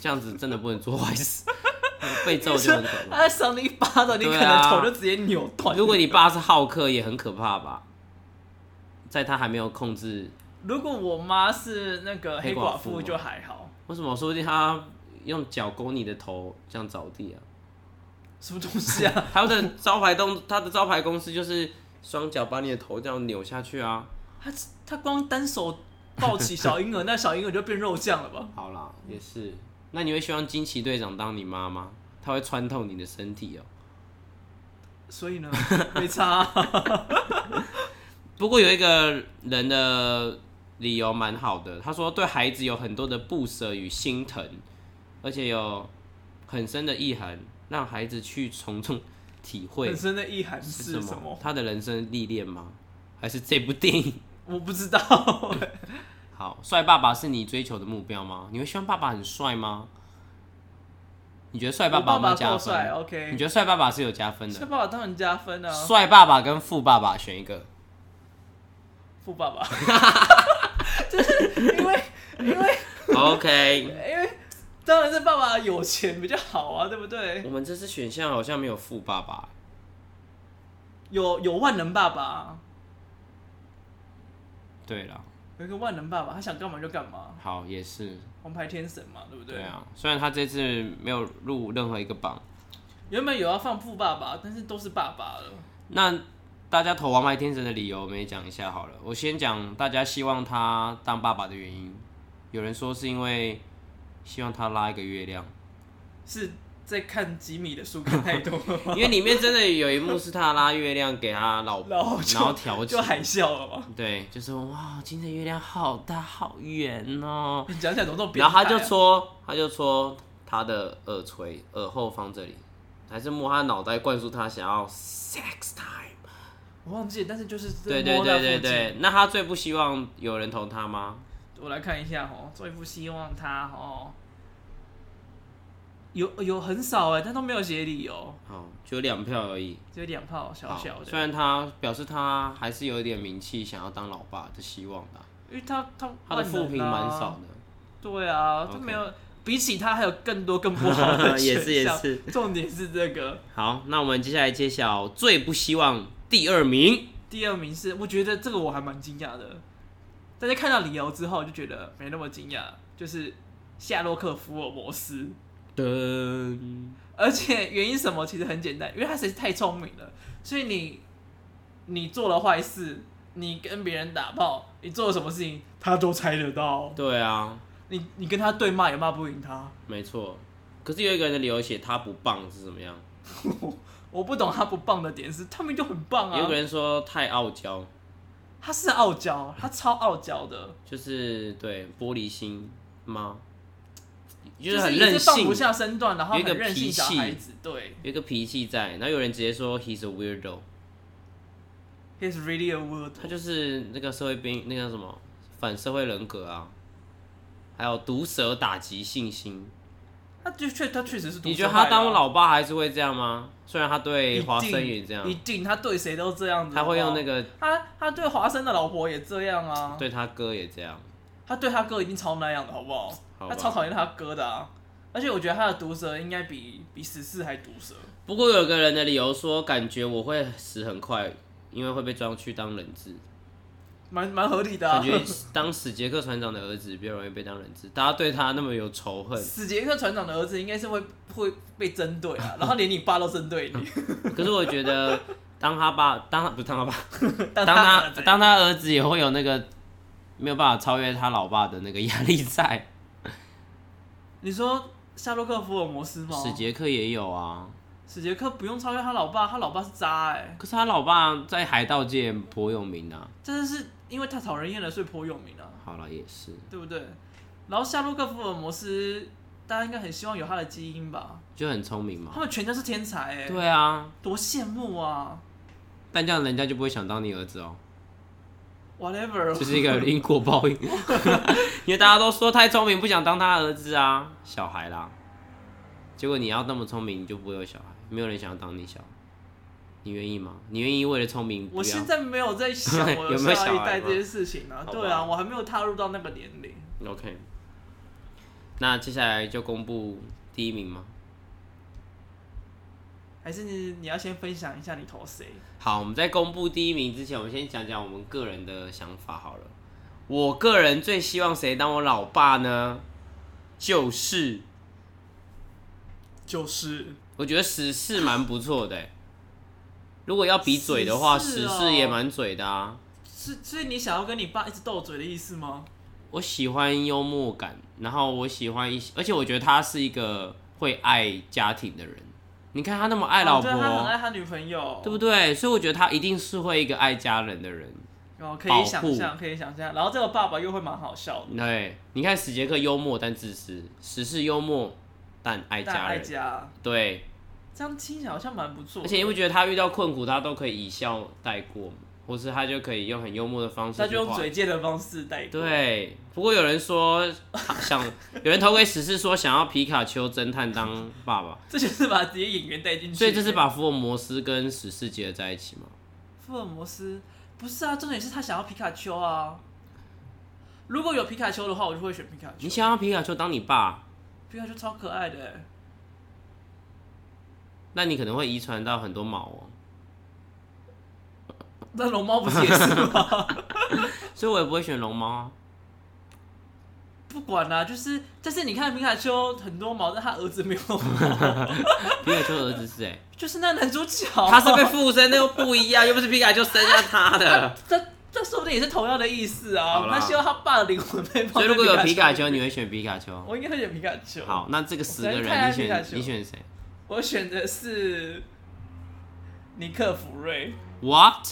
Speaker 2: 这样子真的不能做坏事， 被揍就很可怕。
Speaker 1: 他赏你一巴掌，你可
Speaker 2: 对
Speaker 1: 能
Speaker 2: 啊
Speaker 1: 头就直接扭断。
Speaker 2: 如果你爸是好客，也很可怕吧？在他还没有控制，
Speaker 1: 如果我妈是那个黑
Speaker 2: 黑
Speaker 1: 寡
Speaker 2: 寡
Speaker 1: 妇，
Speaker 2: 妇
Speaker 1: 就还好。
Speaker 2: 为什么？说不定他用脚勾你的头，这样着地啊！
Speaker 1: 什么东西 啊？
Speaker 2: 他的招牌动，他的招牌公式就是双脚把你的头这样扭下去啊！
Speaker 1: 他他光单手抱起小婴儿，那小婴儿就变肉酱了吧？
Speaker 2: 好啦，也是。那你会希望惊奇队长当你妈吗？他会穿透你的身体哦、
Speaker 1: 所 以呢，没差啊、
Speaker 2: 不过有一个人的理由蛮好的，他说对孩子有很多的不舍与心疼，而且有很深的意涵，让孩子去从中体会
Speaker 1: 本身的意涵
Speaker 2: 是
Speaker 1: 是什么？
Speaker 2: 他的人生历练吗？还是这部电影？
Speaker 1: 我不知道。
Speaker 2: 好，帅爸爸是你追求的目标吗？你会希望爸爸很帅吗？你觉得帅
Speaker 1: 我
Speaker 2: 爸
Speaker 1: 爸
Speaker 2: 有没有加
Speaker 1: 够
Speaker 2: 分？
Speaker 1: 帅哦
Speaker 2: 你
Speaker 1: ，OK。
Speaker 2: 觉得帅爸爸是有加分
Speaker 1: 帅
Speaker 2: 的？
Speaker 1: 爸爸当然加分啊，
Speaker 2: 帅爸爸跟富爸爸选一个，
Speaker 1: 富爸 爸。就是因为因为
Speaker 2: OK，
Speaker 1: 因为当然是爸爸有钱比较好啊，对不对？
Speaker 2: 我们这次选项好像没有富爸爸，
Speaker 1: 有有万能爸爸啊，
Speaker 2: 对了，
Speaker 1: 有一个万能爸爸，他想干嘛就干嘛，
Speaker 2: 好也是，
Speaker 1: 王牌天神嘛，对不
Speaker 2: 对啊，虽然他这次没有入任何一个榜，
Speaker 1: 原本有要放富爸爸，但是都是爸爸了。
Speaker 2: 那大家投王牌天神的理由我们也讲一下好了。我先讲大家希望他当爸爸的原因，有人说是因为希望他拉一个月亮，
Speaker 1: 是在看吉米的书看太多了吗？
Speaker 2: 因为里面真的有一幕是他拉月亮给他老 婆，
Speaker 1: 然后就
Speaker 2: 然后调情
Speaker 1: 就，海啸了嘛。
Speaker 2: 对，就是哇，今天月亮好大好圆哦、
Speaker 1: 你讲起来怎么这么变
Speaker 2: 然
Speaker 1: 态啊
Speaker 2: 后他就戳，他就戳他的耳垂、耳后方这里，还是摸他脑袋，灌输他想要 sex time。
Speaker 1: 我忘记了，但是就是
Speaker 2: 对对
Speaker 1: 摸到
Speaker 2: 对
Speaker 1: 附
Speaker 2: 对
Speaker 1: 近。
Speaker 2: 对，那他最不希望有人投他吗？
Speaker 1: 我来看一下哦，最不希望他哦，有有很少哎，但都没有写理由，
Speaker 2: 哦，只有两票而已。
Speaker 1: 只有两炮小
Speaker 2: 好
Speaker 1: 小
Speaker 2: 虽
Speaker 1: 的，
Speaker 2: 然他表示他还是有一点名气，想要当老爸的希望的啊，
Speaker 1: 因为他他啊
Speaker 2: 他的负评蛮少的。
Speaker 1: 对啊，他
Speaker 2: OK
Speaker 1: 没有比起他还有更多更不 好的
Speaker 2: 也
Speaker 1: 选
Speaker 2: 是
Speaker 1: 项
Speaker 2: 也是，
Speaker 1: 重点是这个
Speaker 2: 好，那我们接下来揭晓最不希望第二名。
Speaker 1: 第二名是，我觉得这个我还蛮惊讶的，但是看到理由之后就觉得没那么惊讶，就是夏洛克福尔摩斯。
Speaker 2: 噔，
Speaker 1: 而且原因是什么其实很简单，因为他实在是太聪明了，所以你你做了坏事，你跟别人打炮，你做了什么事情，他都猜得到。
Speaker 2: 对啊，
Speaker 1: 你你跟他对骂也骂不赢他，
Speaker 2: 没错。可是有一个人的理由写他不棒是怎么样？
Speaker 1: 我不懂他不棒的点是，他们就很棒
Speaker 2: 有一个
Speaker 1: 啊。
Speaker 2: 人说太傲娇，
Speaker 1: 他是傲娇，他超傲娇的，
Speaker 2: 就是对玻璃心吗？就
Speaker 1: 就是
Speaker 2: 很
Speaker 1: 一
Speaker 2: 任
Speaker 1: 直放
Speaker 2: 性
Speaker 1: 不，下身段，然后
Speaker 2: 有一个
Speaker 1: 很任性
Speaker 2: 脾
Speaker 1: 小
Speaker 2: 气
Speaker 1: 孩子。对
Speaker 2: 有一个脾气在。然后有人直接说 he's a weirdo，
Speaker 1: ，He's really a weird。
Speaker 2: 他就是那个社会兵，那个叫什么反社会人格啊，还有毒舌打击信心。
Speaker 1: 他就确他确实是独生派的啊。
Speaker 2: 你觉得他当老爸还是会这样吗？虽然他对
Speaker 1: 一
Speaker 2: 华
Speaker 1: 定
Speaker 2: 生也这样
Speaker 1: 一，定他对谁都这样子。
Speaker 2: 他会用那
Speaker 1: 个
Speaker 2: 个
Speaker 1: 他他对华生的老婆也这样啊。
Speaker 2: 对他哥也这样，
Speaker 1: 他对他哥已经超那样的，好不好？他
Speaker 2: 好吧
Speaker 1: 超讨厌他哥的啊！而且我觉得他的毒舌应该比比十四还毒舌。
Speaker 2: 不过有个人的理由说，感觉我会死很快，因为会被抓去当人质。
Speaker 1: 蛮蛮合理的、啊。
Speaker 2: 感。觉当史杰克船长的儿子比较容易被当人质，大家对他那么有仇恨
Speaker 1: 死杰克船长的儿子应该是会会被针对 啊，然后连你爸都针对你，
Speaker 2: 可是我觉得，当他爸，当他不是当他爸，
Speaker 1: 当
Speaker 2: 当
Speaker 1: 他
Speaker 2: 他
Speaker 1: 儿子
Speaker 2: 当他儿子也会有那个没有办法超越他老爸的那个压力 在。
Speaker 1: 你说夏洛克福尔摩斯吗？
Speaker 2: 史杰克也有啊，
Speaker 1: 史杰克不用超越他老爸，他老爸是渣哎、
Speaker 2: 可是他老爸在海盗界颇有名啊。
Speaker 1: 真的是因为太讨人厌了，所以颇有名啊，
Speaker 2: 好了，也是，
Speaker 1: 对不对？然后夏洛克福尔摩斯大家应该很希望有他的基因吧？
Speaker 2: 就很聪明
Speaker 1: 他
Speaker 2: 嘛。
Speaker 1: 们全都是天才哎、
Speaker 2: 对啊，
Speaker 1: 多羡慕啊
Speaker 2: 但这样人家就不会想当你儿子哦，
Speaker 1: ！Whatever，
Speaker 2: 这 是一个因果报应，因为大家都说太聪明不想当他儿子啊，小孩啦。结果你要那么聪明，你就不会有小孩，没有人想要当你小孩，你愿意吗？你愿意为了聪明不
Speaker 1: 我现
Speaker 2: 要
Speaker 1: 在没有在想我
Speaker 2: 有没有
Speaker 1: 下
Speaker 2: 小
Speaker 1: 一
Speaker 2: 孩
Speaker 1: 代
Speaker 2: 吗
Speaker 1: 这些事情啊
Speaker 2: 好。吧
Speaker 1: 对啊，我还没有踏入到那个年龄。
Speaker 2: ？OK，那接下来就公布第一名吗？
Speaker 1: 还是你你要先分享一下你投谁？
Speaker 2: 好，我们在公布第一名之前，我们先讲讲我们个人的想法好了。我个人最希望谁当我老爸呢？就是
Speaker 1: 就是
Speaker 2: 我觉得史事蛮不错的欸、如果要比嘴的话，
Speaker 1: 史
Speaker 2: 史
Speaker 1: 事哦
Speaker 2: 事也蛮嘴的啊。
Speaker 1: 是，所以你想要跟你爸一直斗嘴的意思吗？
Speaker 2: 我喜欢幽默感，然后我喜欢一些，而且我觉得他是一个会爱家庭的人。你看他那么爱老婆，
Speaker 1: 哦对他很爱他女朋友，
Speaker 2: 对不对？所以我觉得他一定是会一个爱家人的人。
Speaker 1: 然哦后可
Speaker 2: 保
Speaker 1: 以想
Speaker 2: 护
Speaker 1: 象，可以想象。然后这个爸爸又会蛮好笑的，
Speaker 2: 对，你看史杰克幽默但自私，史是幽默但爱
Speaker 1: 但
Speaker 2: 家
Speaker 1: 爱
Speaker 2: 人。
Speaker 1: 家，
Speaker 2: 对，
Speaker 1: 这样听起来好像蛮不错
Speaker 2: 而
Speaker 1: 的。
Speaker 2: 且你不觉得他遇到困苦，他都可以以笑带过吗？或是他就可以用很幽默的方式去
Speaker 1: 他
Speaker 2: 化，
Speaker 1: 就用嘴借的方式带过，
Speaker 2: 对，不过有人说他想， 有人投给史是说想要皮卡丘侦探当爸爸，
Speaker 1: 这就是把职业演员带进去。
Speaker 2: 所以这是把福尔摩斯跟史诗结合在一起嘛？
Speaker 1: 福尔摩斯不是啊，重点是他想要皮卡丘啊。如果有皮卡丘的话，我就会选皮卡丘
Speaker 2: 你。想要皮卡丘当你爸，
Speaker 1: 皮卡丘超可爱的欸，
Speaker 2: 那你可能会遗传到很多毛哦。
Speaker 1: 那龙猫不是也是吗？
Speaker 2: 所以我也不会选龙猫啊。
Speaker 1: 不管啦、就是，但是你看皮卡丘很多毛，但他儿子没有毛，
Speaker 2: 皮卡丘的儿子是谁、
Speaker 1: 就是那男主角，啊
Speaker 2: 他是被附身，那又不一样，又不是皮卡丘生下他的。
Speaker 1: 这这说不定也是同样的意思
Speaker 2: 好
Speaker 1: 啊。
Speaker 2: 啦
Speaker 1: 他希望他爸的灵魂被放
Speaker 2: 所以
Speaker 1: 在
Speaker 2: 如果有皮
Speaker 1: 皮
Speaker 2: 卡
Speaker 1: 卡
Speaker 2: 丘，你会选皮卡丘。
Speaker 1: 我应该会选皮卡丘。，
Speaker 2: 好，那这个十个
Speaker 1: 我才看
Speaker 2: 人，
Speaker 1: 他
Speaker 2: 你
Speaker 1: 皮卡
Speaker 2: 选
Speaker 1: 丘
Speaker 2: 你选谁
Speaker 1: 我选的是尼克福瑞，
Speaker 2: ？What？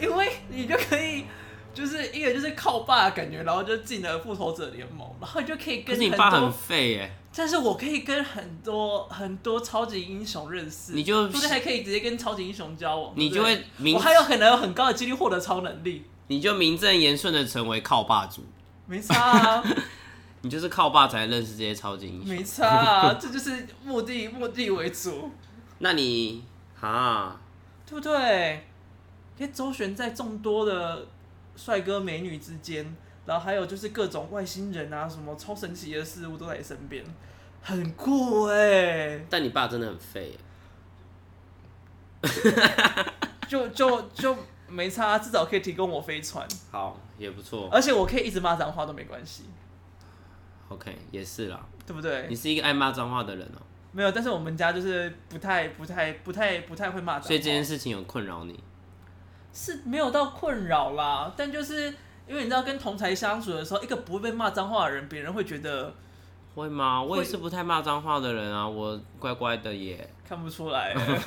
Speaker 1: 因为你就可以。就是一个就是靠爸的感觉，然后就进了复仇者联盟，然后你就可以
Speaker 2: 可
Speaker 1: 跟
Speaker 2: 是
Speaker 1: 很
Speaker 2: 你
Speaker 1: 多，
Speaker 2: 爸很废耶，
Speaker 1: 但是我可以跟很多很多超级英雄认识，
Speaker 2: 你就
Speaker 1: 说不定还可以直接跟超级英雄交往，
Speaker 2: 你
Speaker 1: 对
Speaker 2: 就
Speaker 1: 不对
Speaker 2: 会名
Speaker 1: 我还有可能有很高的几率获得超能力，
Speaker 2: 你就名正言顺的成为靠霸主，
Speaker 1: 没差 啊，
Speaker 2: 你就是靠霸才认识这些超级英雄。
Speaker 1: 没差啊，这就是目的目的为主，
Speaker 2: 那你啊，
Speaker 1: 对不对？可以周旋在众多的帅哥美女之间，然后还有就是各种外星人啊，什么超神奇的事物都在你身边，很酷哎、
Speaker 2: 但你爸真的很废耶，
Speaker 1: 就就就没差啊，至少可以提供我飞船，
Speaker 2: 好也不错。
Speaker 1: 而且我可以一直骂脏话都没关系，
Speaker 2: OK，也是啦，
Speaker 1: 对不
Speaker 2: 你
Speaker 1: 对？
Speaker 2: 是一个爱骂脏话的人哦、
Speaker 1: 没有，但是我们家就是不太不太不太不太会骂脏话，
Speaker 2: 所以这件事情有困扰你。
Speaker 1: 是没有到困扰啦，但就是因为你知道跟同才相处的时候，一个不会被骂脏话的人，别人会觉得
Speaker 2: 会吗？我也
Speaker 1: 会
Speaker 2: 是不太骂脏话的人啊，我乖乖的耶，
Speaker 1: 看不出来欸、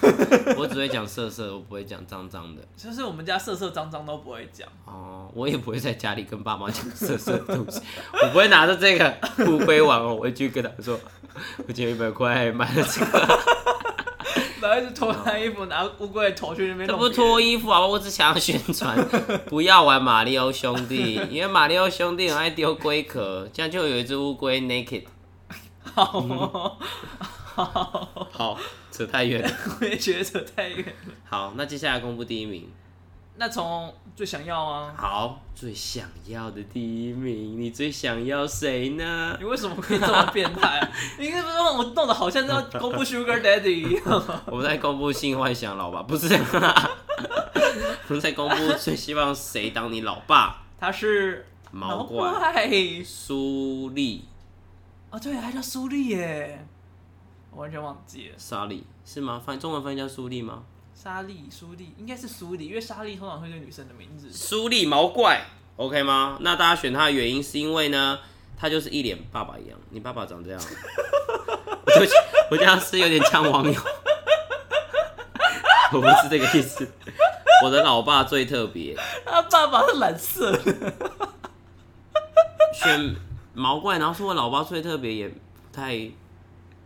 Speaker 2: 我只会讲色色，我不会讲脏脏的。
Speaker 1: 就是我们家色色脏脏都不会讲，
Speaker 2: 哦，我也不会在家里跟爸妈讲色色的东西，我不会拿着这个 乌龟玩哦，我会去跟他说，我今天一百块买了这个，
Speaker 1: 然后一直脱他衣服，拿乌龟的头去那边
Speaker 2: 这
Speaker 1: 弄
Speaker 2: 不
Speaker 1: 别人。
Speaker 2: 脱衣服啊，我只想要宣传，不要玩马里奥兄弟，因为马里奥兄弟很爱丢龟壳，这样就有一只乌龟 naked。
Speaker 1: 好哦、好，
Speaker 2: 好，扯太远了。
Speaker 1: 我也觉得扯太远了。
Speaker 2: 好，那接下来公布第一名。
Speaker 1: 那从最想要啊，
Speaker 2: 好，最想要的第一名，你最想要谁呢？
Speaker 1: 你为什么可以这么变态、啊？你是不是让我弄得好像是要公布 Sugar Daddy 一样？
Speaker 2: 我们在公布性幻想老爸，不是， 我们在公布最希望谁当你老爸？
Speaker 1: 他是
Speaker 2: 毛怪
Speaker 1: 怪
Speaker 2: 苏丽
Speaker 1: 哦，对，他叫苏丽耶，我完全忘记了。
Speaker 2: 莎莉是吗？翻中文翻译叫苏丽吗？
Speaker 1: 莎莉、苏丽应该是苏丽，因为莎莉通常会是女生的名字。
Speaker 2: 苏丽毛怪，OK 吗？那大家选他的原因是因为呢，他就是一脸爸爸一样，你爸爸长这样，我就我这样是有点像网友， 我不是这个意思，我的老爸最特别。
Speaker 1: 他爸爸是蓝色的，
Speaker 2: 选毛怪，然后说我老爸最特别也不太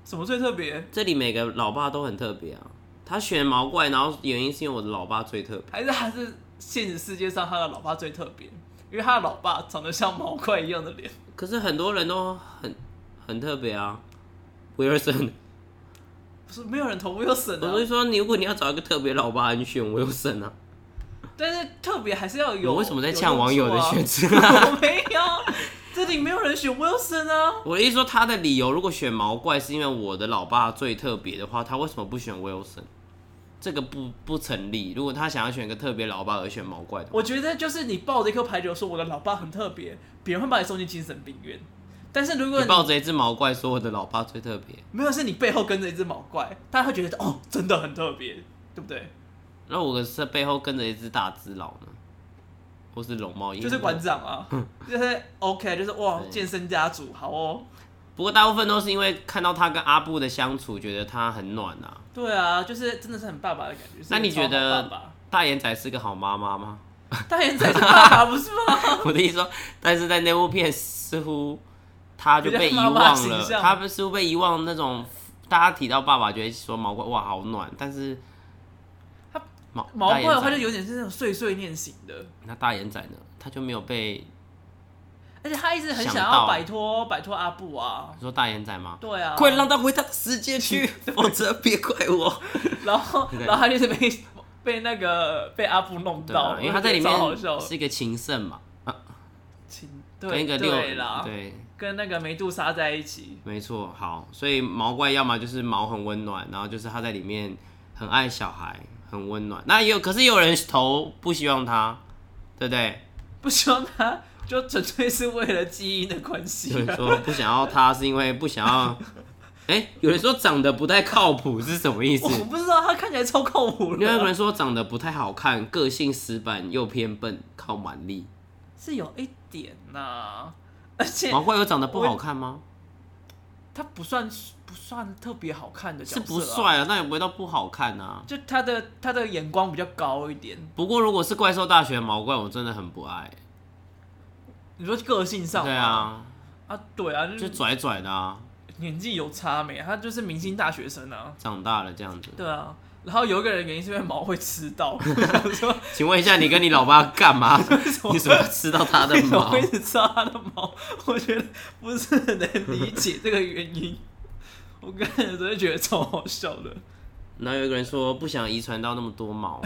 Speaker 1: 什么最特别？
Speaker 2: 这里每个老爸都很特别啊。他选毛怪，然后原因是因为我的老爸最特别。
Speaker 1: 还是还是现实世界上他的老爸最特别，因为他的老爸长得像毛怪一样的脸。
Speaker 2: 可是很多人都很很特别啊。Wilson，
Speaker 1: 不是没有人投 Wilson
Speaker 2: 我是
Speaker 1: 啊，
Speaker 2: 说，你如果你要找一个特别老爸，你选 Wilson 啊。
Speaker 1: 但是特别还是要有。
Speaker 2: 我为什么在呛网友的选
Speaker 1: 择？
Speaker 2: 择？
Speaker 1: 我 没有，这里没有人选 Wilson 啊。
Speaker 2: 我的意思说，他的理由如果选毛怪是因为我的老爸最特别的话，他为什么不选 Wilson？这个不不成立。如果他想要选一个特别老爸而选毛怪的话，
Speaker 1: 我觉得就是你抱着一颗排球说我的老爸很特别，别人会把你送进精神病院。但是如果
Speaker 2: 你
Speaker 1: 你
Speaker 2: 抱着一只毛怪说我的老爸最特别，
Speaker 1: 没有是你背后跟着一只毛怪，大家会觉得哦真的很特别，对不对？
Speaker 2: 那我可是背后跟着一只大只佬呢，或是龙猫，
Speaker 1: 就是馆。长啊，
Speaker 2: 嗯
Speaker 1: 就是 OK，就是哇健身家族好哦。
Speaker 2: 不过大部分都是因为看到他跟阿布的相处，觉得他很暖啊。那
Speaker 1: 对啊，就是真的是很爸爸的感觉。
Speaker 2: 那你
Speaker 1: 是一个
Speaker 2: 觉得
Speaker 1: 超好 爸
Speaker 2: 大眼仔是个好妈妈吗？
Speaker 1: 爸大眼仔是爸爸不是 吗？
Speaker 2: 我的意思说，但是在那部片似乎他就被遗
Speaker 1: 比较妈妈
Speaker 2: 忘
Speaker 1: 形
Speaker 2: 了，
Speaker 1: 象
Speaker 2: 他不似乎被遗忘那种，大家提到爸爸就会说毛怪哇好暖，但是
Speaker 1: 他
Speaker 2: 毛
Speaker 1: 毛怪的话
Speaker 2: 大
Speaker 1: 就
Speaker 2: 眼仔
Speaker 1: 有点是那种碎碎念型的，
Speaker 2: 那大眼仔呢，他就没有被
Speaker 1: 而且他一直很
Speaker 2: 想
Speaker 1: 想
Speaker 2: 到
Speaker 1: 要摆脱摆脱阿布啊。
Speaker 2: 你说大眼仔吗？
Speaker 1: 对啊，
Speaker 2: 快让他回他的世界去， 否则别怪我。
Speaker 1: 然 后然后他就是被被那个被阿布弄
Speaker 2: 对啊
Speaker 1: 到，，
Speaker 2: 因为他在里
Speaker 1: 超好笑
Speaker 2: 面。是一个情圣嘛，
Speaker 1: 亲
Speaker 2: 跟
Speaker 1: 对
Speaker 2: 一个六
Speaker 1: 对啦，
Speaker 2: 对，
Speaker 1: 跟那个梅杜莎在一起，
Speaker 2: 没错，好，所以毛怪要么就是毛很温暖，然后就是他在里面很爱小孩，很温暖。那也有，可是也有人投不希望他，对不 对？
Speaker 1: 不希望他就纯粹是为了基因的关系
Speaker 2: 有人
Speaker 1: 啊。
Speaker 2: 说不想要他是因为不想要，哎、有人说长得不太靠谱是什么意思
Speaker 1: 我？不知道他看起来超靠谱
Speaker 2: 另外一个
Speaker 1: 的，
Speaker 2: 人说长得不太好看，个性死板又偏笨，靠蛮力。
Speaker 1: 是有一点呐、而且
Speaker 2: 毛怪有长得不好看吗？
Speaker 1: 他不算不算特别好看的角
Speaker 2: 是
Speaker 1: 色、
Speaker 2: 不，帅啊，那也不会到不好看啊。
Speaker 1: 就他的他的眼光比较高一点。
Speaker 2: 不过如果是怪兽大学的毛怪，我真的很不爱。
Speaker 1: 你说个性上吗
Speaker 2: 对啊，
Speaker 1: 啊对啊，
Speaker 2: 就
Speaker 1: 就是
Speaker 2: 拽拽的啊，
Speaker 1: 年纪有差没？他就是明星大学生啊，
Speaker 2: 长大了这样子。
Speaker 1: 对啊。然后有一个人原因是因为毛会吃到，我 想说
Speaker 2: 请问一下，你跟你老爸 干嘛？你怎么吃到他的
Speaker 1: 为什么
Speaker 2: 毛
Speaker 1: 会？一直吃到他的毛？我觉得不是很能理解这个原因。我个人真的觉得超好笑的。
Speaker 2: 然后有一个人说不想遗传到那么多毛，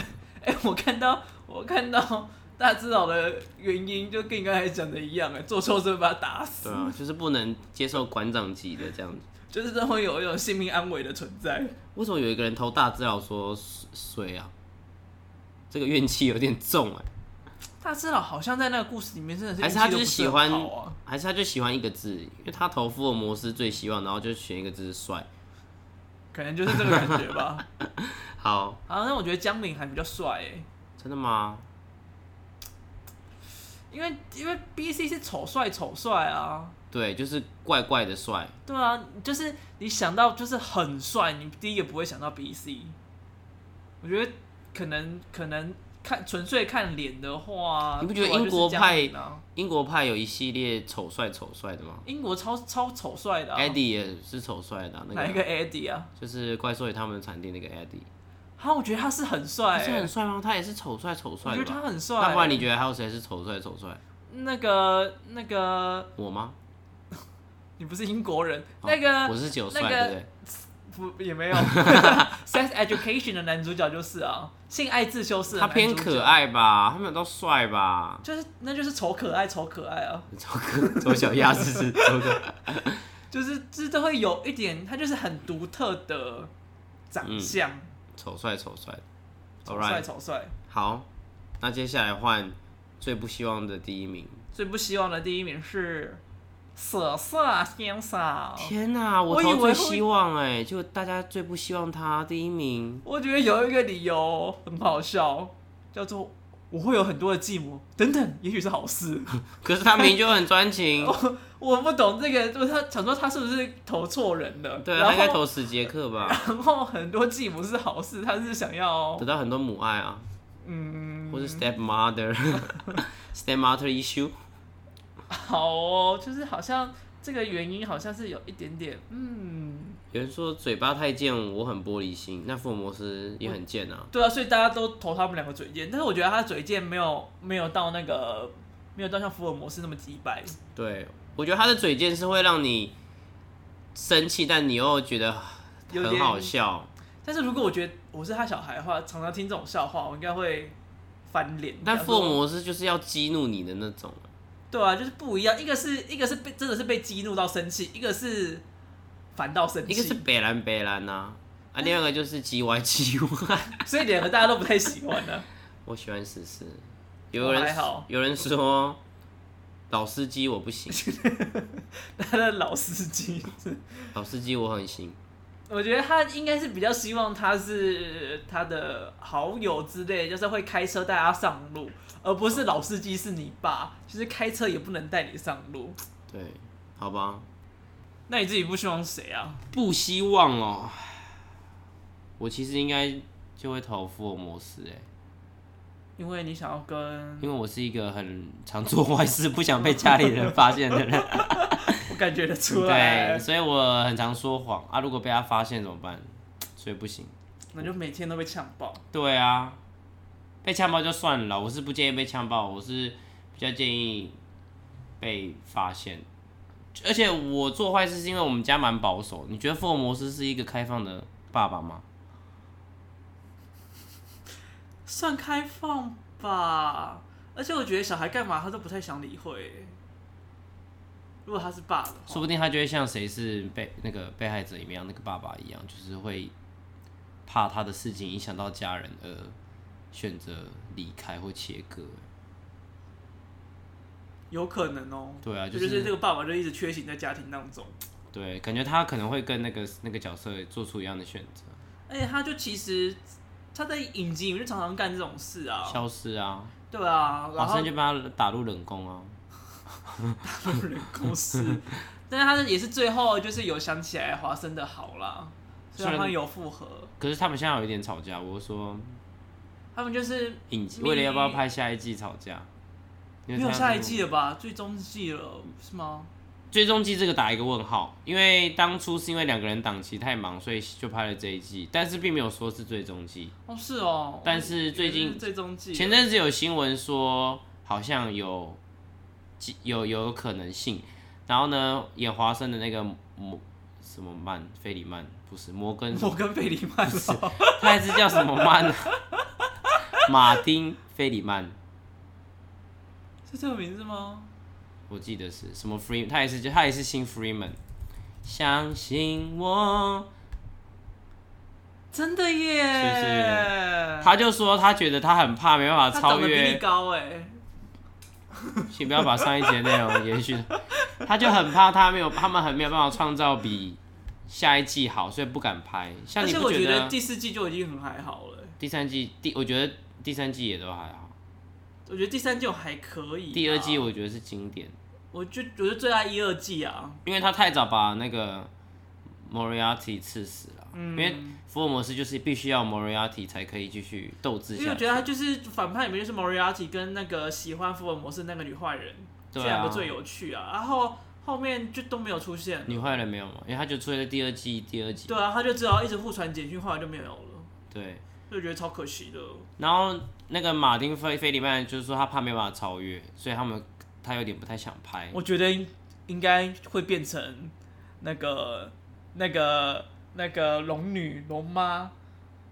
Speaker 1: 哎、我看到我看到大智佬的原因，就跟你刚才讲的一样、哎，做错事会把他打死
Speaker 2: 对， 啊，就是不能接受馆长级的这样子。
Speaker 1: 就是都会有一种性命安危的存在。
Speaker 2: 为什么有一个人投大资料说水啊？这个怨气有点重哎、
Speaker 1: 大智佬好像在那个故事里面真的是
Speaker 2: 还
Speaker 1: 运
Speaker 2: 是
Speaker 1: 气
Speaker 2: 他
Speaker 1: 都
Speaker 2: 就
Speaker 1: 不
Speaker 2: 是
Speaker 1: 是
Speaker 2: 喜
Speaker 1: 很
Speaker 2: 欢
Speaker 1: 好啊，
Speaker 2: 还是他就喜欢一个字，因为他投福尔摩斯最希望，然后就选一个字帅。
Speaker 1: 可能就是这个感觉 吧。
Speaker 2: 好，
Speaker 1: 啊，那我觉得江敏还比较帅哎、
Speaker 2: 真的吗？
Speaker 1: 因为因为 B C 是丑帅丑帅啊。
Speaker 2: 对，就是怪怪的帅。
Speaker 1: 对啊，就是你想到就是很帅，你第一个不会想到 B C。我觉得可能可能看纯粹看脸的话，
Speaker 2: 你不觉得
Speaker 1: 对啊就
Speaker 2: 英国派
Speaker 1: 是这样子啊
Speaker 2: 英国派有一系列丑帅丑帅的吗
Speaker 1: 英国超超丑帅的、啊、
Speaker 2: ？Eddie 也是丑帅的啊、那
Speaker 1: 哪一个 Eddie 啊？
Speaker 2: 就是怪兽与他们的产地那个 Eddie，
Speaker 1: 哈，我觉得他是很帅、
Speaker 2: 他是
Speaker 1: 欸
Speaker 2: 很，帅吗？他也是丑帅丑
Speaker 1: 我
Speaker 2: 帅
Speaker 1: 觉得
Speaker 2: 的
Speaker 1: 他
Speaker 2: 吧。
Speaker 1: 很帅、
Speaker 2: 那不然你觉得还有谁是丑帅丑帅？
Speaker 1: 那个那个，
Speaker 2: 我吗？
Speaker 1: 你不是英国人，
Speaker 2: 哦
Speaker 1: 那
Speaker 2: 我
Speaker 1: 个
Speaker 2: 是九帅，
Speaker 1: 那个
Speaker 2: 对不对？
Speaker 1: 不也没 有，Sex Education 的男主角就是啊，性爱自修室的
Speaker 2: 他
Speaker 1: 男主角？
Speaker 2: 偏可，爱吧，他们都帅吧
Speaker 1: 就是那就是丑可爱丑可爱啊。
Speaker 2: 周哥，周小鸭是是周哥，
Speaker 1: 就是这都会有一点，他就是很独特的长相，
Speaker 2: 丑帅丑帅。
Speaker 1: 丑帅
Speaker 2: 嗯 Alright，
Speaker 1: 丑帅。
Speaker 2: 好，那接下来换最不希望的第一名。
Speaker 1: 最不希望的第一名是瑟瑟先生，
Speaker 2: 天哪、我
Speaker 1: 我以
Speaker 2: 投
Speaker 1: 为
Speaker 2: 最
Speaker 1: 会
Speaker 2: 希望哎、就大家最不希望他第一名。
Speaker 1: 我觉得有一个理由很好笑，叫做我会有很多的寂寞，等等，也许是好事。
Speaker 2: 可是他明明就很专 情，
Speaker 1: 我不懂这个，就是他想说他是不是投错人了？
Speaker 2: 对啊，他应该
Speaker 1: 然后
Speaker 2: 投史杰克吧，
Speaker 1: 然后很多寂寞是好事，他是想要
Speaker 2: 得到很多母爱啊。
Speaker 1: 嗯，
Speaker 2: 或是 stepmother，stepmother issue，
Speaker 1: 好哦，就是好像这个原因好像是有一点点，嗯，
Speaker 2: 有人说嘴巴太贱，我很玻璃心，那福尔摩斯也很贱啊。
Speaker 1: 对啊，所以大家都投他们两个嘴贱，但是我觉得他的嘴贱没有没有到那个没有到像福尔摩斯那么鸡掰，
Speaker 2: 对，我觉得他的嘴贱是会让你生气，但你又觉得
Speaker 1: 有
Speaker 2: 很
Speaker 1: 点
Speaker 2: 好笑。
Speaker 1: 但是如果我觉得我是他小孩的话，常常听这种笑话，我应该会翻脸。
Speaker 2: 但
Speaker 1: 比方
Speaker 2: 福尔
Speaker 1: 说
Speaker 2: 摩斯就是要激怒你的那种，
Speaker 1: 对啊，就是不一样，一个是一个是被真的是被激怒到生气，一个是烦到生气，哎
Speaker 2: 一个是北兰北兰呐、啊，啊，另外一个就是叽歪叽歪。
Speaker 1: 所以两个大家都不太喜欢的、
Speaker 2: 我喜欢史诗，
Speaker 1: 我
Speaker 2: 有人
Speaker 1: 还好
Speaker 2: 有人说老司机我不行，
Speaker 1: 他的老司机，
Speaker 2: 老司机我很行。
Speaker 1: 我觉得他应该是比较希望他是他的好友之类，就是会开车带他上路，而不是老司机是你爸，就是开车也不能带你上路。
Speaker 2: 对，好吧，
Speaker 1: 那你自己不希望谁啊？
Speaker 2: 不希望哦。我其实应该就会投福尔摩斯哎、
Speaker 1: 因为你想要跟，
Speaker 2: 因为我是一个很常做坏事、 不想被家里人发现的人，
Speaker 1: 我感觉得出来
Speaker 2: 对，，所以我很常说谎啊。如果被他发现怎么办？所以不行。
Speaker 1: 那就每天都被呛爆。
Speaker 2: 对啊，被强暴就算了，我是不建议被强暴，我是比较建议被发现。而且我做坏事是因为我们家蛮保守。你觉得福尔摩斯是一个开放的爸爸吗？
Speaker 1: 算开放吧，而且我觉得小孩干嘛他都不太想理会欸。如果他是爸的
Speaker 2: 说
Speaker 1: 话，
Speaker 2: 不定他就会像谁是被那个被害者里面那个爸爸一样，就是会怕他的事情影响到家人而选择离开或切割。
Speaker 1: 有可能哦、
Speaker 2: 对啊，
Speaker 1: 就
Speaker 2: 就是是
Speaker 1: 这个爸爸就一直缺席在家庭当中，
Speaker 2: 对，感觉他可能会跟那个那个角色做出一样的选择，
Speaker 1: 而且哎他就其实他在影集里面就常常干这种事啊，
Speaker 2: 消失啊，
Speaker 1: 对啊，然
Speaker 2: 马
Speaker 1: 后
Speaker 2: 上就把他打入冷宫啊。
Speaker 1: 人公司， 但是他也是最后就是有想起来华生的好啦，虽然
Speaker 2: 虽然
Speaker 1: 他们有复合，
Speaker 2: 可是他们现在有一点吵架，我说
Speaker 1: 他们就是
Speaker 2: 影集
Speaker 1: 咪
Speaker 2: 为了要不要拍下一季吵架，
Speaker 1: 没有下一季
Speaker 2: 了。
Speaker 1: 了吧，最终季了是吗？
Speaker 2: 最终季这个打一个问号，因为当初是因为两个人档期太忙，所以就拍了这一季，但是并没有说是最终季。
Speaker 1: 哦是哦，
Speaker 2: 但是最近
Speaker 1: 也是最终季了
Speaker 2: 前阵子有新闻说，好像有几有有可能性。然后呢，演华生的那个摩什么曼菲里曼不是 摩根，
Speaker 1: 我跟贝里曼哦，
Speaker 2: 他还是叫什么曼啊？ 马丁菲里曼，
Speaker 1: 是这个名字吗？
Speaker 2: 我记得是什么 Free，他也是他也是新 Freeman。相信我，
Speaker 1: 真的耶！
Speaker 2: 是不是他就说他觉得他很怕，没办法
Speaker 1: 嗯他
Speaker 2: 超
Speaker 1: 长得比你
Speaker 2: 越。
Speaker 1: 高哎，
Speaker 2: 请不要把上一节内容延续。他就很怕他没有，他们很没有办法创造比下一季好，所以不敢拍。像
Speaker 1: 而
Speaker 2: 你
Speaker 1: 且
Speaker 2: 不
Speaker 1: 我觉
Speaker 2: 得
Speaker 1: 得第四季就已经很还好了欸，
Speaker 2: 第三季第？我觉得第三季也都还好，
Speaker 1: 我觉得第三季我还可以啊。
Speaker 2: 第二季我觉得是经典，
Speaker 1: 我就我就最爱一二季啊，
Speaker 2: 因为他太早把那个 Moriarty 刺死了，
Speaker 1: 嗯
Speaker 2: 因为福尔摩斯就是必须要 Moriarty 才可以继续斗志
Speaker 1: 因为
Speaker 2: 下
Speaker 1: 我
Speaker 2: 去
Speaker 1: 觉。得他就是反派里面就是 Moriarty 跟那个喜欢福尔摩斯那个女坏人，这
Speaker 2: 对
Speaker 1: 两
Speaker 2: 啊
Speaker 1: 个，最有趣啊。然后后面就都没有出现，
Speaker 2: 女坏人没有嘛？因为他就出现在第二季第二集。
Speaker 1: 对啊，他就只好一直互传简讯，后来就没有了，
Speaker 2: 对，
Speaker 1: 就觉得超可惜的。
Speaker 2: 然后那个马丁菲菲里曼就是说他怕没办法超越，所以他们他有点不太想拍。
Speaker 1: 我觉得应该会变成那个那个那个龙女龙妈，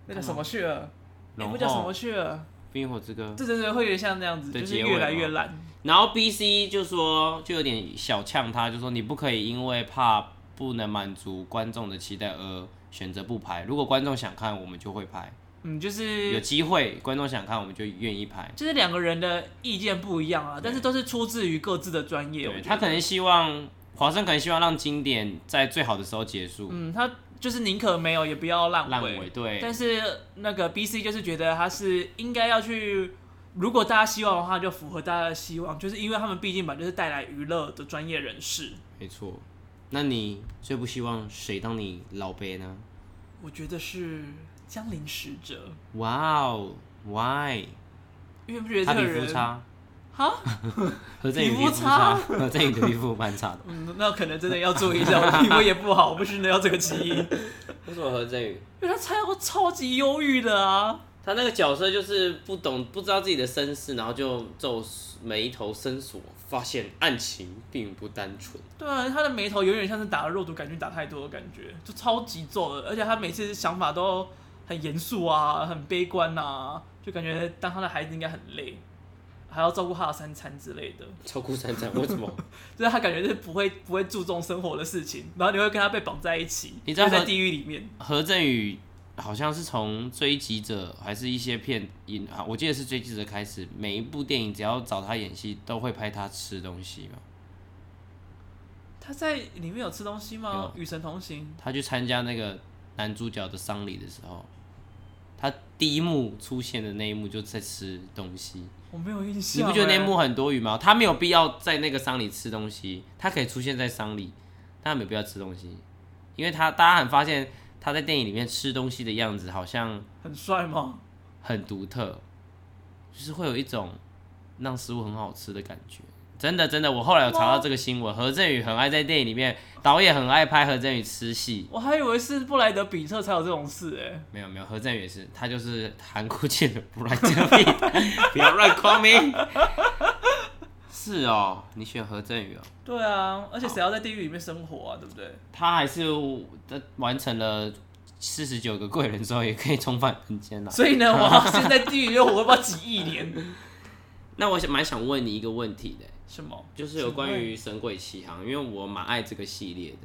Speaker 1: 那个什么去了？那
Speaker 2: 龙
Speaker 1: 部叫什么
Speaker 2: 后《
Speaker 1: 去了？
Speaker 2: 冰与火之歌
Speaker 1: 对对对，会有点像那样子，
Speaker 2: 的
Speaker 1: 就是
Speaker 2: 结尾
Speaker 1: 越来越
Speaker 2: 吗
Speaker 1: 烂。》，
Speaker 2: 然后 B C 就说就有点小呛他，就说你不可以因为怕不能满足观众的期待而选择不拍。如果观众想看，我们就会拍；
Speaker 1: 嗯，就是
Speaker 2: 有机会观众想看，我们就愿意拍。
Speaker 1: 就是两个人的意见不一样啊，但是都是出自于各自的专业。我
Speaker 2: 对
Speaker 1: 觉得
Speaker 2: 他可能希望华生可能希望让经典在最好的时候结束，
Speaker 1: 嗯，他就是宁可没有，也不要烂
Speaker 2: 烂尾对。
Speaker 1: 但是那个 B C 就是觉得他是应该要去，如果大家希望的话，就符合大家的希望，就是因为他们毕竟本来就是带来娱乐的专业人士。
Speaker 2: 没错，那你最不希望谁当你老贝呢？
Speaker 1: 我觉得是江陵使者，
Speaker 2: 哇哦，Why？
Speaker 1: 因为不觉得
Speaker 2: 他
Speaker 1: 这个
Speaker 2: 比福
Speaker 1: 人
Speaker 2: 差，
Speaker 1: 哈，
Speaker 2: 何振宇
Speaker 1: 皮
Speaker 2: 的皮
Speaker 1: 肤
Speaker 2: 肤差，
Speaker 1: 差
Speaker 2: 何振宇的皮肤蛮差的。
Speaker 1: 嗯，那可能真的要注意一下，我皮肤也不好，我不是没有这个基因， 因
Speaker 2: 为什么何振宇？
Speaker 1: 为他超超级忧郁的啊，
Speaker 2: 他那个角色就是不懂，不知道自己的身世，然后就皱眉头深锁，发现案情并不单纯。
Speaker 1: 对啊，他的眉头有点像是打了肉毒杆菌打太多的感觉，就超级皱的，而且他每次想法都很严肃啊，很悲观啊，就感觉当他的孩子应该很累，还要照顾他的三餐之类的，
Speaker 2: 超顾三三，为什么？
Speaker 1: 就是他感觉就是不会不会注重生活的事情，然后你会跟他被绑在一起，
Speaker 2: 你知道
Speaker 1: 就在
Speaker 2: 何
Speaker 1: 地狱里面，
Speaker 2: 何振宇好像是从《追击者》还是一些片影啊，我记得是《追击者》开始，每一部电影只要找他演戏，都会拍他吃东西嘛。
Speaker 1: 他在里面有吃东西吗？与神同行，
Speaker 2: 他去参加那个男主角的丧礼的时候，他第一幕出现的那一幕就在吃东西。
Speaker 1: 我没有印象、
Speaker 2: 你
Speaker 1: 欸，
Speaker 2: 不觉得那一幕很多余吗？他没有必要在那个丧礼吃东西，他可以出现在丧礼，但他没有必要吃东西，因为他大家很发现他在电影里面吃东西的样子好像
Speaker 1: 很帅吗？
Speaker 2: 很独特，就是会有一种让食物很好吃的感觉。真的真的，我后来有查到这个新闻，何振宇很爱在电影里面，导演很爱拍何振宇吃戏。
Speaker 1: 我还以为是布莱德比特才有这种事哎、
Speaker 2: 没有没有，何振宇也是，他就是韩国界的布莱德比特， 不要乱 call me。是哦，你选何振宇哦。
Speaker 1: 对啊，而且谁要在地狱里面生活啊？对不对？
Speaker 2: 他还是呃完成了四十九个贵人之后，也可以重返人间了。
Speaker 1: 所以呢，我要先在地狱里面活不知道几亿 年。
Speaker 2: 那我想蛮想问你一个问题的，
Speaker 1: 什么？
Speaker 2: 就是有关于《神鬼奇航》，因为我蛮爱这个系列的。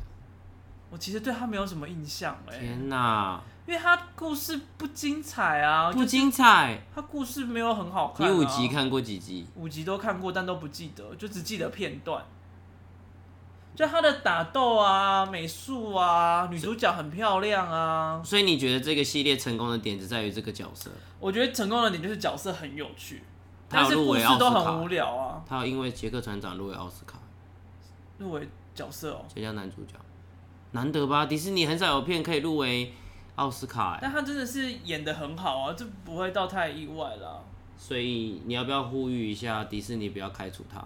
Speaker 1: 我其实对他没有什么印象哎、
Speaker 2: 天哪，
Speaker 1: 因为他故事不精彩啊，
Speaker 2: 不精彩！
Speaker 1: 他故事没有很好看、
Speaker 2: 你
Speaker 1: 啊。
Speaker 2: 五集看过几集？
Speaker 1: 五集都看过，但都不记得，就只记得片段。就他的打斗啊、美术啊、女主角很漂亮啊，
Speaker 2: 所以你觉得这个系列成功的点只在于这个角色，
Speaker 1: 我觉得成功的点就是角色很有趣，
Speaker 2: 他
Speaker 1: 但
Speaker 2: 有
Speaker 1: 是
Speaker 2: 入
Speaker 1: 故
Speaker 2: 围
Speaker 1: 事
Speaker 2: 奥斯
Speaker 1: 都很无
Speaker 2: 卡，
Speaker 1: 聊啊。
Speaker 2: 他有因为杰克船长入围奥斯卡，
Speaker 1: 入围角色哦，
Speaker 2: 最佳男主角，难得吧？迪士尼很少有片可以入围奥斯卡、欸，
Speaker 1: 但他真的是演的很好啊，这不会到太意外啦。
Speaker 2: 所以你要不要呼吁一下迪士尼不要开除他？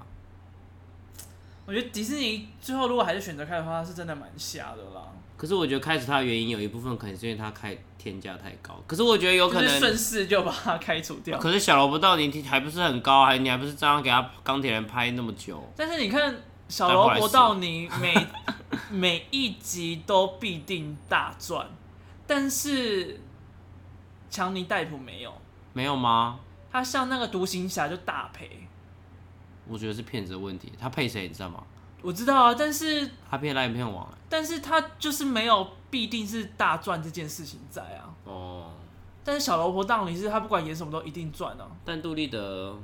Speaker 1: 我觉得迪士尼最后如果还是选择开的话，他是真的蛮瞎的啦，
Speaker 2: 可是我觉得开除他的原因有一部分可能是因为他开天价太高，可是我觉得有可
Speaker 1: 就是顺
Speaker 2: 能，
Speaker 1: 势就把他开除掉。
Speaker 2: 可是小萝卜到底还不是很高，还你还不是照样给他钢铁人拍那么久？
Speaker 1: 但是你看小萝卜到你每每一集都必定大赚，但是强尼戴普没有，
Speaker 2: 没有吗？
Speaker 1: 他像那个独行侠就大赔。
Speaker 2: 我觉得是骗子的问题，他配谁你知道吗？
Speaker 1: 我知道啊，但是
Speaker 2: 他骗赖骗王、欸
Speaker 1: 但是他就是没有必定是大赚这件事情在啊。
Speaker 2: 哦，
Speaker 1: 但是小萝卜当你是他不管演什么都一定赚啊。
Speaker 2: 但杜立德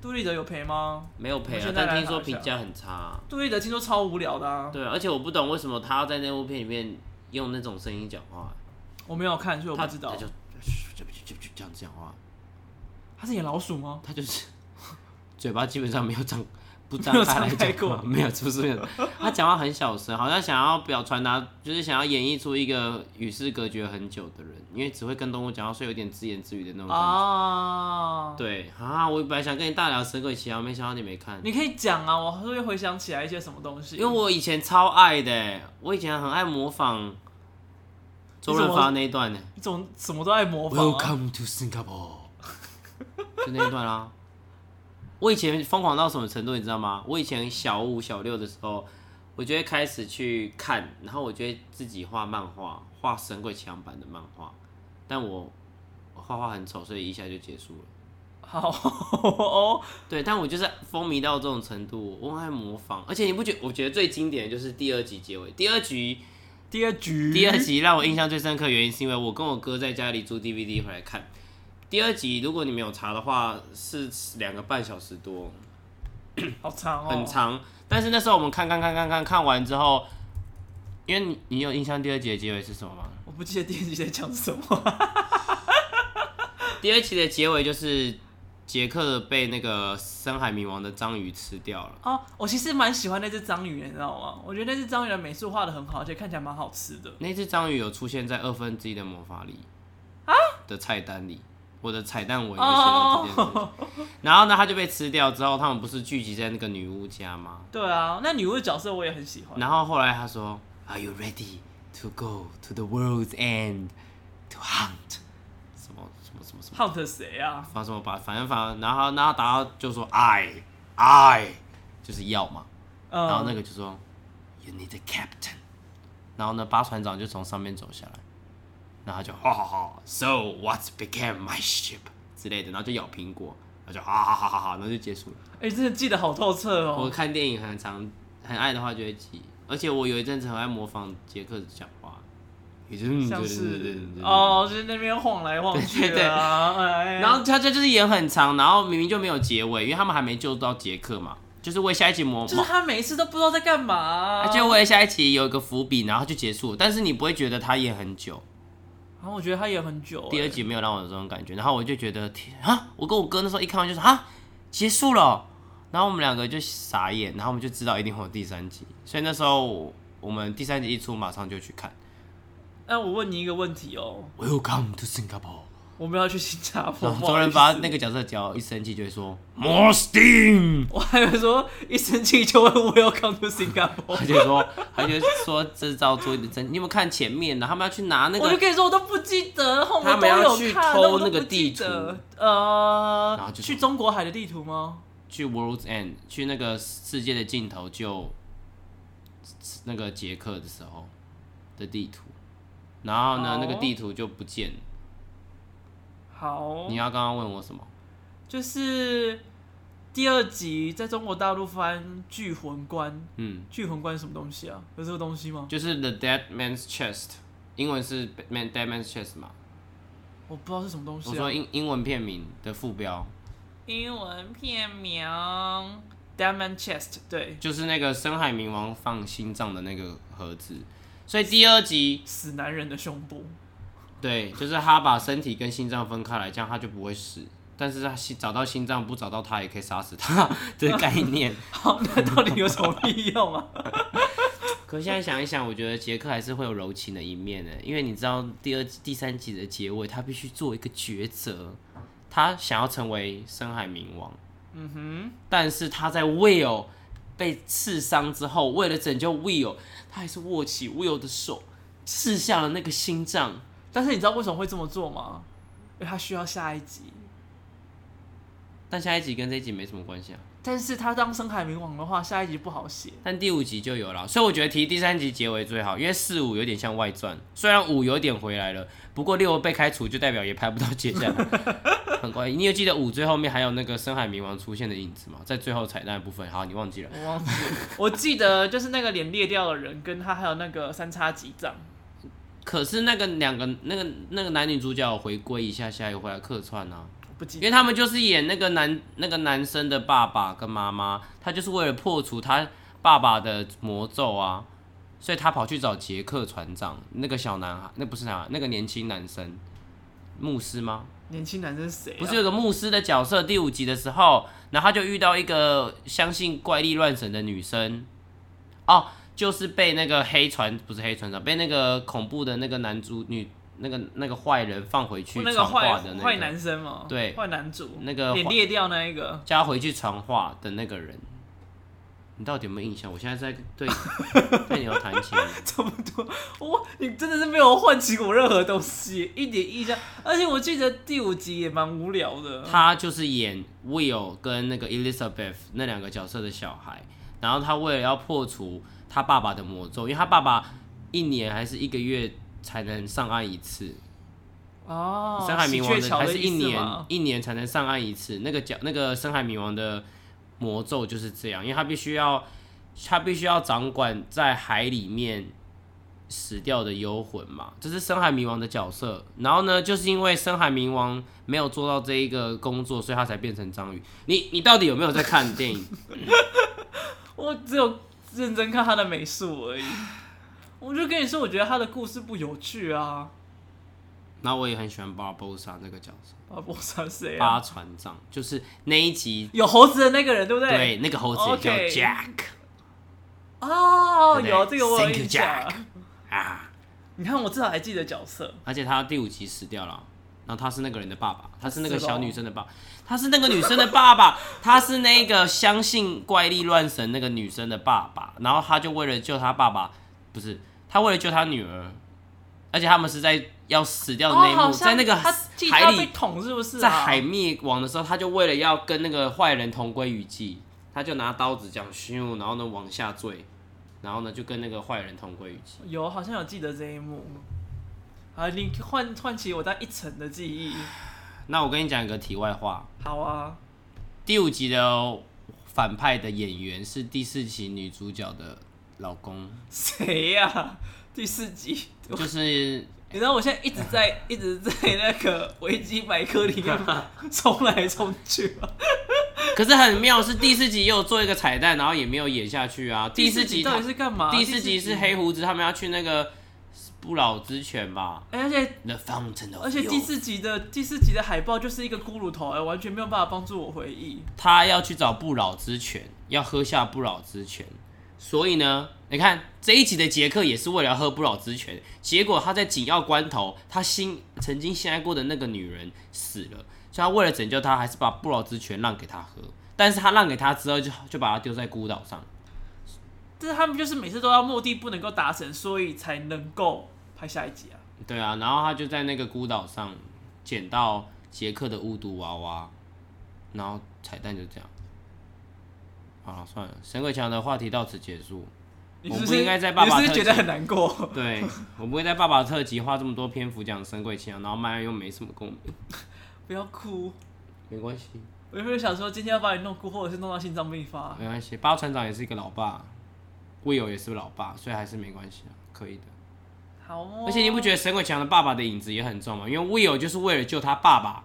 Speaker 1: 杜立德有赔吗？
Speaker 2: 没有赔
Speaker 1: 我
Speaker 2: 啊
Speaker 1: 现，在来
Speaker 2: 但听说
Speaker 1: 查一下
Speaker 2: 评价很差啊、
Speaker 1: 杜立德听说超无聊的啊，
Speaker 2: 对，而且我不懂为什么他要在那部片里面用那种声音讲话、
Speaker 1: 我没有看，所以我
Speaker 2: 他
Speaker 1: 不知道
Speaker 2: 他。就就就就就这样讲话，
Speaker 1: 他是演老鼠吗？
Speaker 2: 他就是嘴巴基本上没有张，不张
Speaker 1: 没有
Speaker 2: 开来
Speaker 1: 张开
Speaker 2: 讲话
Speaker 1: 过
Speaker 2: 没有出现。他讲话很小声，好像想要表传达，就是想要演绎出一个与世隔绝很久的人，因为只会跟动物讲话，所以有点自言自语的那种感觉。
Speaker 1: 哦啊，
Speaker 2: 对啊，我本来想跟你大聊《神鬼奇航》，没想到你没看，
Speaker 1: 你可以讲啊，我会不会回想起来一些什么东西？
Speaker 2: 因为我以前超爱的，欸我以前很爱模仿周润发那一段欸呢。
Speaker 1: 你总什么都爱模仿、啊。
Speaker 2: Welcome to Singapore，就那一段啦、啊我以前疯狂到什么程度，你知道吗？我以前小五、小六的时候，我就会开始去看，然后我就会自己画漫画，画《神鬼奇航》版的漫画，但我我画画很丑，所以一下就结束了。
Speaker 1: 好 哦，
Speaker 2: 对，但我就是风靡到这种程度，我很爱模仿，而且你不觉我觉得最经典的就是第二集结尾，第二集
Speaker 1: 第二局，
Speaker 2: 第二集让我印象最深刻，原因是因为我跟我哥在家里租 DVD 回来看。第二集如果你没有查的话，是两个半小时多，
Speaker 1: 好长哦，
Speaker 2: 很。长。但是那时候我们看看看看看看完之后，因为你你有印象第二集的结尾是什么吗？
Speaker 1: 我不记得第二集在讲什么。
Speaker 2: 第二集的结尾就是杰克被那个深海冥王的章鱼吃掉了。
Speaker 1: 哦，我其实蛮喜欢那只章鱼的，你知道吗？我觉得那只章鱼的美术画的很好，而且看起来蛮好吃的。
Speaker 2: 那只章鱼有出现在二分之一的魔法里啊的菜单里，我的彩蛋我也写到这件事情。然后呢，他就被吃掉之后，他们不是聚集在那个女巫家吗？
Speaker 1: 对啊，那女巫的角色我也很喜欢。
Speaker 2: 然后后来他说，Are you ready to go to the world's end to hunt？什么什么什么什么，
Speaker 1: Hunt 谁啊？
Speaker 2: 反正什么吧，反正反正，然后然后达到就说 I I 就是要嘛，
Speaker 1: 嗯，
Speaker 2: 然后那个就说 You need a captain，然后呢，巴船长就从上面走下来，然后他就哈哈哈，So what became my ship 之类的，然后就咬苹果，然后就哈哈哈哈哈，然后就结束了。
Speaker 1: 哎、真的记得好透彻
Speaker 2: 我
Speaker 1: 哦。
Speaker 2: 看电影很常很爱的话就会记，而且我有一阵子很爱模仿杰克讲话，也就是
Speaker 1: 像
Speaker 2: 嗯对对
Speaker 1: 是
Speaker 2: 对对
Speaker 1: 哦，就是那边晃来晃去的啊，哎
Speaker 2: 然后他这就是演很长，然后明明就没有结尾，因为他们还没救到杰克嘛，就是为下一集模
Speaker 1: 就是他每一次都不知道在干嘛、啊
Speaker 2: 而且为下一集有一个伏笔，然后就结束了。但是你不会觉得他演很久，
Speaker 1: 然后我觉得他演很久、哎
Speaker 2: 第二集没有让我有这种感觉，然后我就觉得天啊！我跟我哥那时候一看完就是啊，结束了哦，然后我们两个就傻眼，然后我们就知道一定会有第三集，所以那时候我我们第三集一出马上就去看。
Speaker 1: 那我问你一个问题哦，
Speaker 2: Welcome to Singapore。
Speaker 1: 我们要去新加坡
Speaker 2: 然后
Speaker 1: 吗，
Speaker 2: 周润哦
Speaker 1: 不好
Speaker 2: 发
Speaker 1: 意思
Speaker 2: 那个角色只要一生气就会说 More steam，
Speaker 1: 我还以为说一生气就会 Welcome to Singapore，
Speaker 2: 他就说他就说制造出一点争，你有没有看前面呢？他们要去拿那
Speaker 1: 我就
Speaker 2: 个，
Speaker 1: 跟你说我都不记得，后面
Speaker 2: 他
Speaker 1: 都
Speaker 2: 们要
Speaker 1: 有
Speaker 2: 去
Speaker 1: 看，
Speaker 2: 偷
Speaker 1: 但我都
Speaker 2: 那个
Speaker 1: 不记
Speaker 2: 地图
Speaker 1: 得呃，
Speaker 2: 然后就说
Speaker 1: 去中国海的地图吗？
Speaker 2: 去 World's End 去那个世界的尽头救那个杰克的时候的地图，然后呢
Speaker 1: 好哦
Speaker 2: 那个地图就不见了。
Speaker 1: 好
Speaker 2: 你，要刚刚问我什么？
Speaker 1: 就是第二集在中国大陆翻《聚魂关》，
Speaker 2: 嗯，
Speaker 1: 《聚魂关》是什么东西啊？有这个东西吗？
Speaker 2: 就是 The Dead Man's Chest，英文是 Man Dead Man's Chest 嘛？
Speaker 1: 我不知道是什么东
Speaker 2: 我
Speaker 1: 西、啊
Speaker 2: 说。英英文片名的副标。
Speaker 1: 英文片名《Diamond Chest》，对，
Speaker 2: 就是那个深海冥王放心脏的那个盒子。所以第二集，
Speaker 1: 死男人的胸部。
Speaker 2: 对，就是他把身体跟心脏分开来，这样他就不会死。但是他心找到心脏，不找到他也可以杀死他 这个概念。
Speaker 1: 好，那到底有什么啊必要吗？
Speaker 2: 可现在想一想，我觉得杰克还是会有柔情的一面的，因为你知道第二季、第三季的结尾，他必须做一个抉择。他想要成为深海冥王，
Speaker 1: 嗯哼，
Speaker 2: 但是他在 Will 被刺伤之后，为了拯救 Will，他还是握起 Will 的手，刺向了那个心脏。
Speaker 1: 但是你知道为什么会这么做吗？因为他需要下一集。
Speaker 2: 但下一集跟这一集没什么关系啊。
Speaker 1: 但是他当深海冥王的话，下一集不好写。
Speaker 2: 但第五集就有了，所以我觉得提第三集结尾最好，因为四五有点像外传，虽然五有点回来了，不过六被开除就代表也拍不到接下来，很怪。你有记得五最后面还有那个深海冥王出现的影子吗？在最后彩蛋的部分，好，你忘记了。
Speaker 1: 我忘记了， 我记得就是那个脸裂掉的人，跟他还有那个三叉戟杖。
Speaker 2: 可是那个两个那个那个男女主角有回归一下下，又回来客串啊。
Speaker 1: 我不记
Speaker 2: 因
Speaker 1: 得
Speaker 2: 为他们就是演那个男那个男生的爸爸跟妈妈，他就是为了破除他爸爸的魔咒啊，所以他跑去找杰克船长那个小男孩，那不是男孩，那个年轻男生，牧师吗？
Speaker 1: 年轻男生谁、啊？
Speaker 2: 不是有个牧师的角色，第五集的时候，然后他就遇到一个相信怪力乱神的女生，哦，就是被那个黑船不是黑船长，被那个恐怖的那个男主女那个那个坏人放回去
Speaker 1: 哦那个
Speaker 2: 闯
Speaker 1: 坏
Speaker 2: 祸的那
Speaker 1: 坏
Speaker 2: 个
Speaker 1: 男生嘛，
Speaker 2: 对
Speaker 1: 坏男主，
Speaker 2: 那个
Speaker 1: 脸
Speaker 2: 坏
Speaker 1: 裂掉那一个，
Speaker 2: 叫他回去传话的那个人，你到底有没有印象？我现在在对对牛弹琴，
Speaker 1: 差不多。我你真的是没有唤起我任何东西，一点印象。而且我记得第五集也蛮无聊的。
Speaker 2: 他就是演 Will 跟那个 Elizabeth 那两个角色的小孩，然后他为了要破除他爸爸的魔咒，因为他爸爸一年还是一个月才能上岸一次，
Speaker 1: 哦，
Speaker 2: 深海冥王
Speaker 1: 喜鹊桥
Speaker 2: 的还是
Speaker 1: 意
Speaker 2: 一
Speaker 1: 思
Speaker 2: 年
Speaker 1: 吗
Speaker 2: 一年才能上岸一次。那个角那个深海冥王的魔咒就是这样，因为他必须要他必须要掌管在海里面死掉的幽魂嘛，这是深海冥王的角色。然后呢，就是因为深海冥王没有做到这一个工作，所以他才变成章鱼。你你到底有没有在看电影？
Speaker 1: 我只有认真看他的美术而已。我就跟你说，我觉得他的故事不有趣啊。
Speaker 2: 然后我也很喜欢巴波萨这个角色，
Speaker 1: 啊，我操，谁啊？
Speaker 2: 巴船长就是那一集
Speaker 1: 有猴子的那个人，对不对？
Speaker 2: 对那个猴子也叫
Speaker 1: OK
Speaker 2: Jack
Speaker 1: 哦，
Speaker 2: 对
Speaker 1: 有这个我有
Speaker 2: Thank you,
Speaker 1: 印象。
Speaker 2: 啊。
Speaker 1: 你看，我至少还记得角色。
Speaker 2: 而且他第五集死掉了，然后他是那个人的爸爸，他是那
Speaker 1: 是哦
Speaker 2: 个
Speaker 1: 咯
Speaker 2: 小女生的爸爸，他是那个女生的爸爸，他是那个相信怪力乱神那个女生的爸爸，然后他就为了救他爸爸，不是他为了救他女儿，而且他们是在要死掉的哦那一幕，
Speaker 1: 哦好像
Speaker 2: 在那个
Speaker 1: 他记
Speaker 2: 海
Speaker 1: 他被
Speaker 2: 里，
Speaker 1: 捅是不是、啊？
Speaker 2: 在海灭亡的时候，他就为了要跟那个坏人同归于尽，他就拿刀子这样咻，然后呢往下坠，然后呢就跟那个坏人同归于尽。
Speaker 1: 有，好像有记得这一幕。啊，你唤唤起我在一层的记忆。
Speaker 2: 那我跟你讲一个题外话，
Speaker 1: 好啊，
Speaker 2: 第五集的反派的演员是第四集女主角的老 公，
Speaker 1: 谁呀、第四集，
Speaker 2: 就是
Speaker 1: 你知道我现在一直在 一直在那个维基百科里面 冲来冲去吗？
Speaker 2: 可是很妙，是第四集也有做一个彩蛋，然后也没有演下去 啊。第四集
Speaker 1: 到
Speaker 2: 他
Speaker 1: 底是啊干嘛？
Speaker 2: 第四集是黑胡子他们要去那个不老之泉吧
Speaker 1: 哎，而且
Speaker 2: ，The Fountain of
Speaker 1: 而且
Speaker 2: Youth
Speaker 1: 第四集的第四集的海报就是一个骷髅头，哎，完全没有办法帮助我回忆。
Speaker 2: 他要去找不老之泉，要喝下不老之泉。所以呢，你看这一集的杰克也是为了要喝不老之泉，结果他在紧要关头，他心曾经信赖过的那个女人死了，所以他为了拯救她，还是把不老之泉让给他喝。但是他让给他之后就，就把他丢在孤岛上。
Speaker 1: 但是他们就是每次都要目的不能够达成，所以才能够拍下一集啊。
Speaker 2: 对啊，然后他就在那个孤岛上捡到杰克的巫毒娃娃，然后彩蛋就这样。好了，算了，神鬼强的话题到此结束。
Speaker 1: 你
Speaker 2: 我
Speaker 1: 是
Speaker 2: 不
Speaker 1: 是
Speaker 2: 应该在爸爸
Speaker 1: 你是不是
Speaker 2: 特
Speaker 1: 觉得
Speaker 2: 辑
Speaker 1: 很难过？
Speaker 2: 对，我不会在爸爸特辑花这么多篇幅讲神鬼情啊，然后麦又没什么共鸣，
Speaker 1: 不要哭。
Speaker 2: 没关系，
Speaker 1: 我原本想说今天要把你弄哭，或者是弄到心脏病发。
Speaker 2: 没关系。八船长也是一个老爸，魏友也是老爸，所以还是没关系啊，可以的。
Speaker 1: 好哦。
Speaker 2: 而且你不觉得神鬼强的爸爸的影子也很重吗？因为魏友就是为了救他爸爸，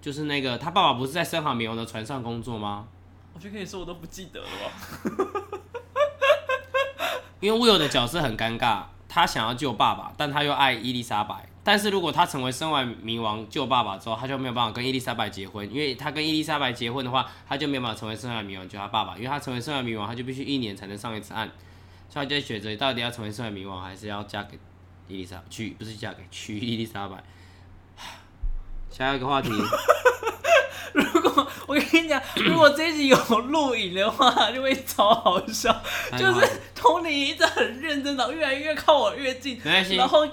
Speaker 2: 就是那个他爸爸不是在深海冥王的船上工作吗？
Speaker 1: 我就跟你说，我都不记得了吧。
Speaker 2: 因为魏友的角色很尴尬，他想要救爸爸，但他又爱伊丽莎白。但是如果他成为身外冥王救爸爸之后，他就没有办法跟伊丽莎白结婚，因为他跟伊丽莎白结婚的话，他就没有办法成为身外冥王救他爸爸，因为他成为身外冥王，他就必须一年才能上一次岸，所以他就在选择到底要成为身外冥王，还是要嫁给伊丽莎去，不是嫁给娶伊丽莎白。下一 个话题，
Speaker 1: 如果我跟你 讲，如果这一集有录影的话，就会超好笑。就
Speaker 2: 下一个话
Speaker 1: 是
Speaker 2: 题
Speaker 1: 同你一直很认真，然后越来越靠我越近，
Speaker 2: 没关系
Speaker 1: 然后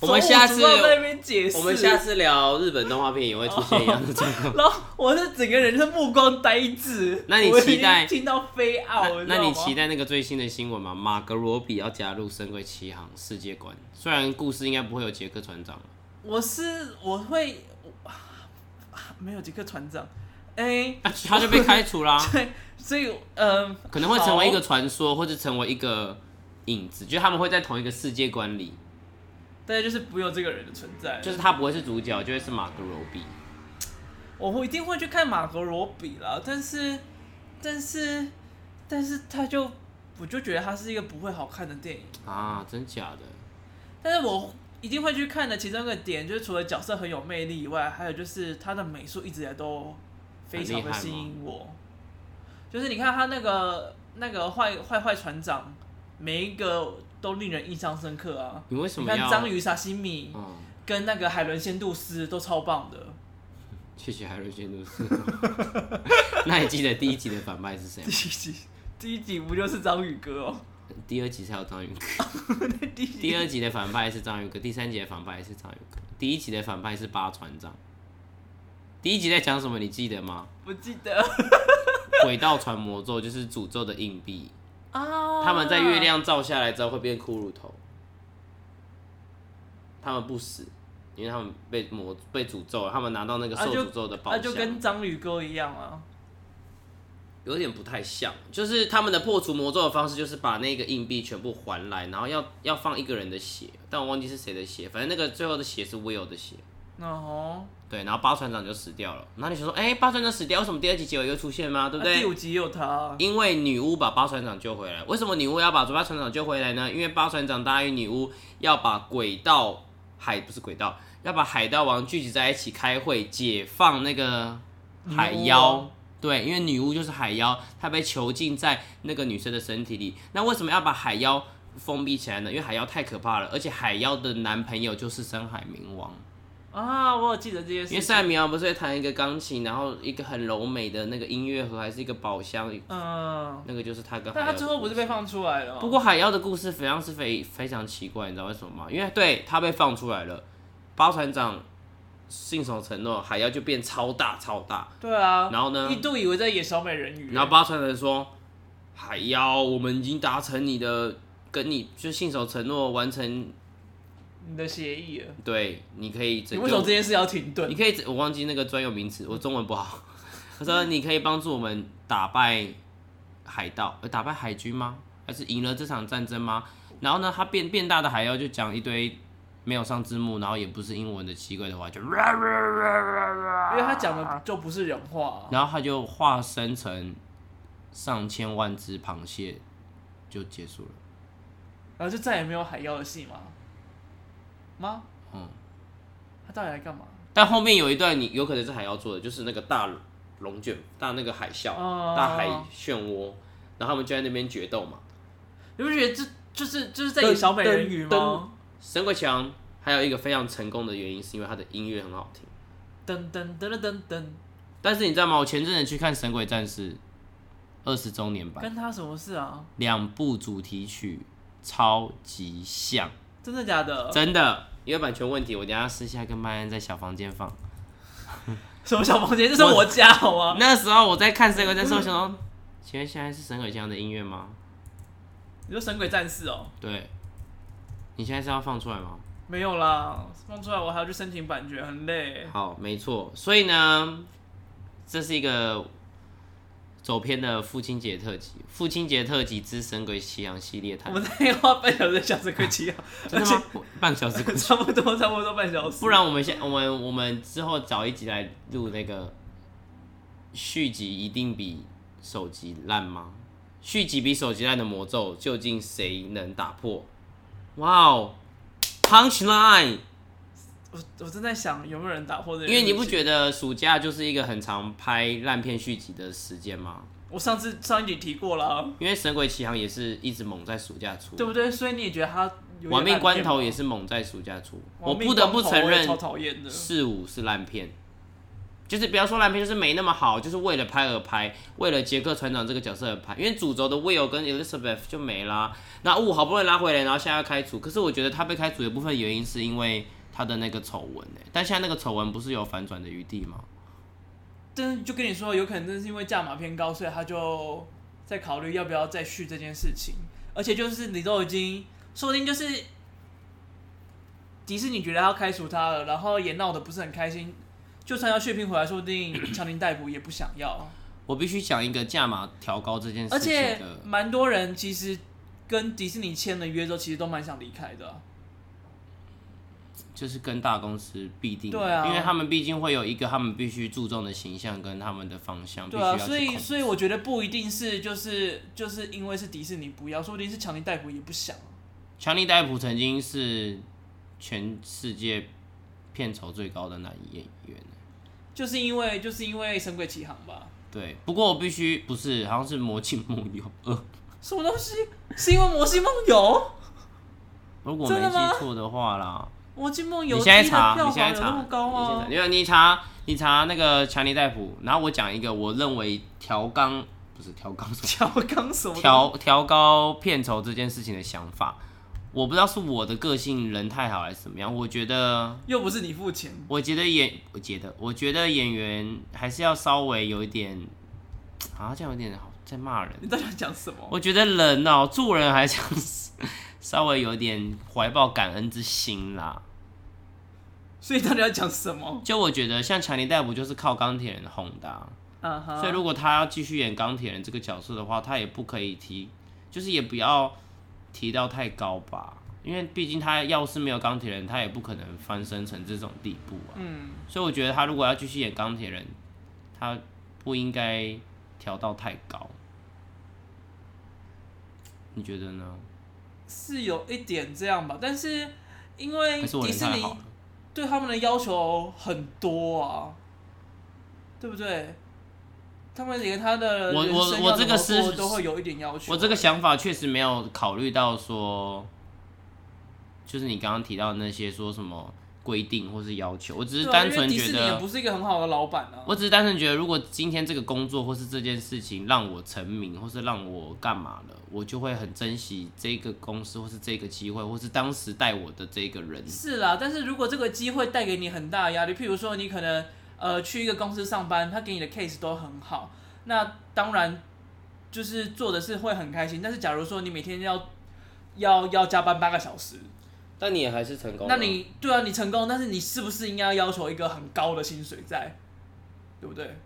Speaker 2: 我们下次
Speaker 1: 手舞足蹈在那边解释，
Speaker 2: 我们下次聊日本动画片也会出现一样的状况。
Speaker 1: 然后我是整个人是目光呆滞。
Speaker 2: 那你
Speaker 1: 我已经
Speaker 2: 期待
Speaker 1: 听到飞傲？
Speaker 2: 那那你期
Speaker 1: 待？
Speaker 2: 待那个最新的新闻吗？马格罗比要加入《神鬼奇航》世界观，虽然故事应该不会有杰克船长了
Speaker 1: 我是我会，我啊没有杰克船长，哎、
Speaker 2: 啊他就被开除啦、
Speaker 1: 对， 所以嗯，
Speaker 2: 可能会成为一个传说，或者成为一个影子，就是他们会在同一个世界观里，
Speaker 1: 大家就是不用这个人的存在，
Speaker 2: 就是他不会是主角，就会是马格罗比。
Speaker 1: 我会一定会去看马格罗比啦，但是但是但是他就我就觉得他是一个不会好看的电影，
Speaker 2: 啊，真假的？
Speaker 1: 但是我一定会去看的其中一个点就是除了角色很有魅力以外，还有就是他的美术一直以来都非常
Speaker 2: 很厉
Speaker 1: 的
Speaker 2: 害吗
Speaker 1: 吸引我，就是你看他那个那个坏坏坏船长，每一个都令人印象深刻啊。
Speaker 2: 你为什
Speaker 1: 你
Speaker 2: 么
Speaker 1: 看
Speaker 2: 要？
Speaker 1: 章鱼沙西米
Speaker 2: 嗯，
Speaker 1: 跟那个海伦仙度丝都超棒的，
Speaker 2: 谢谢海瑞仙都是。 那你记得第一集的反派是谁
Speaker 1: 第一
Speaker 2: 吗？
Speaker 1: 集第一集不就是章鱼哥哦？
Speaker 2: 第二集才有章 鱼哥。
Speaker 1: 第一集
Speaker 2: 第二集的反派是章鱼哥，第三集的反派是章鱼哥，第一集的反派是八船长。第一集在讲什么？你记 得吗？
Speaker 1: 不记得
Speaker 2: 轨道传魔咒就是诅咒的硬币，
Speaker 1: 啊
Speaker 2: 他们在月亮照下来之后会变骷髅头，他们不死，因为他们被魔被诅咒了，他们拿到那个
Speaker 1: 啊
Speaker 2: 受
Speaker 1: 就
Speaker 2: 诅咒的宝
Speaker 1: 啊，
Speaker 2: 箱，
Speaker 1: 就跟章鱼哥一样啊。
Speaker 2: 有点不太像，就是他们的破除魔咒的方式就是把那个硬币全部还来，然后要要放一个人的血，但我忘记是谁的血，反正那个最后的血是 Will 的血。
Speaker 1: 哦
Speaker 2: 对，然后八船长就死掉了。然后你想说，哎、八船长死掉，为什么第二集结尾又出现吗？对不
Speaker 1: 啊第
Speaker 2: 对？
Speaker 1: 五集也有他啊，
Speaker 2: 因为女巫把八船长救回来。为什么女巫要把八船长救回来呢？因为八船长答应女巫要把轨道海不是轨道，要把海盗王聚集在一起开会，解放那个海
Speaker 1: 女巫
Speaker 2: 妖
Speaker 1: 王。
Speaker 2: 对，因为女巫就是海妖，她被囚禁在那个女生的身体里。那为什么要把海妖封闭起来呢？因为海妖太可怕了，而且海妖的男朋友就是深海冥王。
Speaker 1: 啊，我有记得这些事
Speaker 2: 因为
Speaker 1: 情。
Speaker 2: 塞米昂不是会弹一个钢琴，然后一个很柔美的那个音乐盒，还是一个宝箱，
Speaker 1: 嗯，
Speaker 2: 那个就是他跟海
Speaker 1: 但
Speaker 2: 妖
Speaker 1: 他
Speaker 2: 的
Speaker 1: 最后不是被放出来了吗？
Speaker 2: 不过海妖的故事非常是非非常奇怪，你知道为什么吗？因为对他被放出来了，包船长信守承诺，海妖就变超大超大。
Speaker 1: 对啊，
Speaker 2: 然后呢
Speaker 1: 一，度以为在演小美人鱼，欸
Speaker 2: 然后包船长说：“海妖，我们已经达成你的，跟你就信守承诺，完成
Speaker 1: 你的协议了。
Speaker 2: 对，你可以
Speaker 1: 你
Speaker 2: 拯
Speaker 1: 为什
Speaker 2: 救
Speaker 1: 么这件事要停顿
Speaker 2: 你？可以只，我忘记那个专有名词，我中文不好。 他说你可以帮助我们打败海盗，呃，打败海军吗？还是赢了这场战争吗？然后呢，他变变大的海妖就讲一堆没有上字幕，然后也不是英文的奇怪的话，就，
Speaker 1: 因
Speaker 2: 因
Speaker 1: 为他讲
Speaker 2: 啊
Speaker 1: 的就不是人话、啊。
Speaker 2: 然后他就化身成上千万只螃蟹，就结束了。
Speaker 1: 然后就再也没有海妖的戏吗？吗？
Speaker 2: 嗯，
Speaker 1: 他到底来干嘛？
Speaker 2: 但后面有一段你有可能是海妖做的，就是那个大龙卷大那个海啸、
Speaker 1: 哦
Speaker 2: 大海漩涡，然后他们就在那边决斗嘛。
Speaker 1: 你不觉得这就是就是在演小美人鱼吗？
Speaker 2: 沈国强还有一个非常成功的原因，是因为他的音乐很好听。
Speaker 1: 噔噔噔噔噔噔，
Speaker 2: 但是你知道吗？我前阵子去看《神鬼战士》二十周年版，
Speaker 1: 跟他什么事啊？
Speaker 2: 两部主题曲超级像，
Speaker 1: 真的假的？
Speaker 2: 真的。因为版权问题，我等一下私下跟麦恩在小房间放。
Speaker 1: 什么小房间？这是我家好吗？
Speaker 2: 那时候我在看《神鬼战士》，我想说，请问现在是神鬼强的音乐吗？
Speaker 1: 你说神鬼战士哦？
Speaker 2: 对，你现在是要放出来吗？
Speaker 1: 没有啦，放出来我还要去申请版权，很累。
Speaker 2: 好，没错。所以呢，这是一个走偏的父亲节特辑，父亲节特辑之《神鬼奇航》系列
Speaker 1: 我
Speaker 2: 谈，
Speaker 1: 们这一话半小时在讲神鬼奇航，，
Speaker 2: 真的吗？我半小时
Speaker 1: 差不多差不多半小时
Speaker 2: 不。然我们先，我们我们之后找一集来录那个续集，一定比首集烂吗？续集比首集烂的魔咒，究竟谁能打破？哇哦，punch line！
Speaker 1: 我我正在想有没有人打破这件
Speaker 2: 因
Speaker 1: 事情，
Speaker 2: 为你不觉得暑假就是一个很常拍烂片续集的时间吗？
Speaker 1: 我上次上一集提过了啊、
Speaker 2: 因为《神鬼奇航》也是一直猛在暑假出，
Speaker 1: 对不对？所以你也觉得他有点
Speaker 2: 玩命关头》
Speaker 1: 烂片吗
Speaker 2: 也是猛在暑假出。我
Speaker 1: 亡命
Speaker 2: 不得不
Speaker 1: 关头
Speaker 2: 承
Speaker 1: 我也
Speaker 2: 认
Speaker 1: 超，讨厌的。
Speaker 2: 四五是烂片，就是不要说烂片，就是没那么好，就是为了拍而拍，为了杰克船长这个角色而拍。因为主轴的 Will 跟 Elizabeth 就没啦，那雾好不容易拉回来，然后现在要开除。可是我觉得他被开除的部分原因是因为他的那个丑闻欸但现在那个丑闻不是有反转的余地吗？
Speaker 1: 但是就跟你说，有可能真是因为价码偏高，所以他就在考虑要不要再续这件事情。而且就是你都已经，说不定就是迪士尼觉得他要开除他了，然后也闹得不是很开心，就算要血拼回来，说不定 强行逮捕也不想要。
Speaker 2: 我必须讲一个价码调高这件
Speaker 1: 而
Speaker 2: 事情
Speaker 1: 且
Speaker 2: 的，
Speaker 1: 蛮多人其实跟迪士尼签了约之后，其实都蛮想离开的啊、
Speaker 2: 就是跟大公司必定的，
Speaker 1: 对啊
Speaker 2: 因为他们毕竟会有一个他们必须注重的形象跟他们的方向，嗯必
Speaker 1: 对
Speaker 2: 须要
Speaker 1: 啊，
Speaker 2: 去
Speaker 1: 所以
Speaker 2: 控
Speaker 1: 所以我觉得不一定是就是就是因为是迪士尼不要，说不定是强尼逮捕也不想啊。
Speaker 2: 强尼戴普曾经是全世界片酬最高的男演员，
Speaker 1: 就是因为就是因为《神鬼奇航》吧？
Speaker 2: 对。不过我必须不是，好像是《魔镜梦游二》，
Speaker 1: 什么东西？是因为《魔镜梦游
Speaker 2: 如果我
Speaker 1: 真
Speaker 2: 没
Speaker 1: 的吗
Speaker 2: 记错的话啦。》？
Speaker 1: 《魔镜梦
Speaker 2: 你
Speaker 1: 游》
Speaker 2: 现在
Speaker 1: 第一
Speaker 2: 查
Speaker 1: 的，票
Speaker 2: 你现
Speaker 1: 房
Speaker 2: 在
Speaker 1: 有
Speaker 2: 查，
Speaker 1: 那么高啊
Speaker 2: 你现
Speaker 1: 吗
Speaker 2: 在查？因为你查你查那个强尼戴普，然后我讲一个我认为调纲不是调纲什么
Speaker 1: 调刚什么？
Speaker 2: 调调高片酬这件事情的想法，我不知道是我的个性人太好还是怎么样。我觉得，
Speaker 1: 又不是你付钱，
Speaker 2: 我觉得演，我觉得，我觉得演员还是要稍微有一点，啊，这样有点好在骂人。
Speaker 1: 你到底想讲什么？
Speaker 2: 我觉得人哦、做人还是要 稍微有点怀抱感恩之心啦。
Speaker 1: 所以你到底要讲什么？
Speaker 2: 就我觉得，像强尼戴普就是靠钢铁人红的啊、
Speaker 1: 啊哈！
Speaker 2: 所以如果他要继续演钢铁人这个角色的话，他也不可以提，就是也不要提到太高吧，因为毕竟他要是没有钢铁人，他也不可能翻身成这种地步啊。
Speaker 1: 嗯，
Speaker 2: 所以我觉得他如果要继续演钢铁人，他不应该调到太高。你觉得呢？
Speaker 1: 是有一点这样吧，但是因为
Speaker 2: 还是我
Speaker 1: 迪
Speaker 2: 人
Speaker 1: 士
Speaker 2: 太
Speaker 1: 尼
Speaker 2: 好了？
Speaker 1: 对他们的要求很多啊，对不对？他们连他的
Speaker 2: 我
Speaker 1: 人
Speaker 2: 我
Speaker 1: 生
Speaker 2: 我
Speaker 1: 要
Speaker 2: 这
Speaker 1: 怎
Speaker 2: 个
Speaker 1: 么
Speaker 2: 是
Speaker 1: 做都会有一点要求。
Speaker 2: 我这个想法确实没有考虑到说，就是你刚刚提到的那些说什么。规定或是要求，我只
Speaker 1: 对
Speaker 2: 是
Speaker 1: 啊
Speaker 2: 单
Speaker 1: 因为
Speaker 2: 纯
Speaker 1: 迪
Speaker 2: 觉
Speaker 1: 士尼也
Speaker 2: 得，
Speaker 1: 不是一个很好的老板啊。
Speaker 2: 我只是单纯觉得，如果今天这个工作或是这件事情让我成名，或是让我干嘛了，我就会很珍惜这个公司或是这个机会，或是当时带我的这个人。
Speaker 1: 是啦，但是如果这个机会带给你很大的压力，譬如说你可能呃去一个公司上班，他给你的 case 都很好，那当然就是做的是会很开心。但是假如说你每天要要要加班八个小时，
Speaker 2: 但你也还是成功
Speaker 1: 那你对啊，你成功，但是你是不是应该要求一个很高的薪水在，对不对？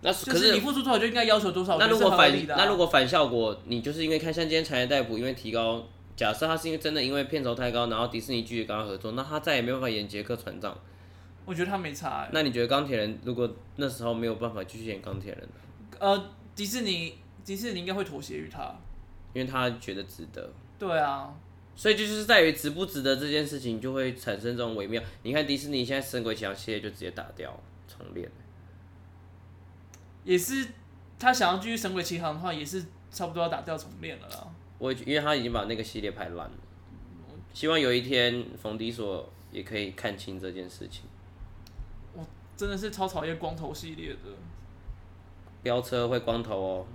Speaker 2: 那
Speaker 1: 就是你付出多少就应该要求多少，
Speaker 2: 那
Speaker 1: 我觉
Speaker 2: 如
Speaker 1: 得是
Speaker 2: 果
Speaker 1: 合
Speaker 2: 反
Speaker 1: 理的啊、
Speaker 2: 那如果反效果，你就是因为看像今天产业逮捕，因为提高，假设他是因为真的因为片酬太高，然后迪士尼继续跟他合作，那他再也没办法演杰克船长。
Speaker 1: 我觉得他没差、欸，
Speaker 2: 那你觉得钢铁人如果那时候没有办法继续演钢铁人，
Speaker 1: 呃，迪士尼迪士尼应该会妥协于他，
Speaker 2: 因为他觉得值得，
Speaker 1: 对啊，
Speaker 2: 所以就是在于值不值得这件事情，就会产生这种微妙。你看迪士尼现在《神鬼奇侠》系列就直接打掉重练，
Speaker 1: 也是他想要继续《神鬼奇航》的话，也是差不多要打掉重练了啦。
Speaker 2: 我也觉因为他已经把那个系列拍烂了，希望有一天冯迪所也可以看清这件事情。
Speaker 1: 真的是超讨厌光头系列的，
Speaker 2: 飙车会光头哦。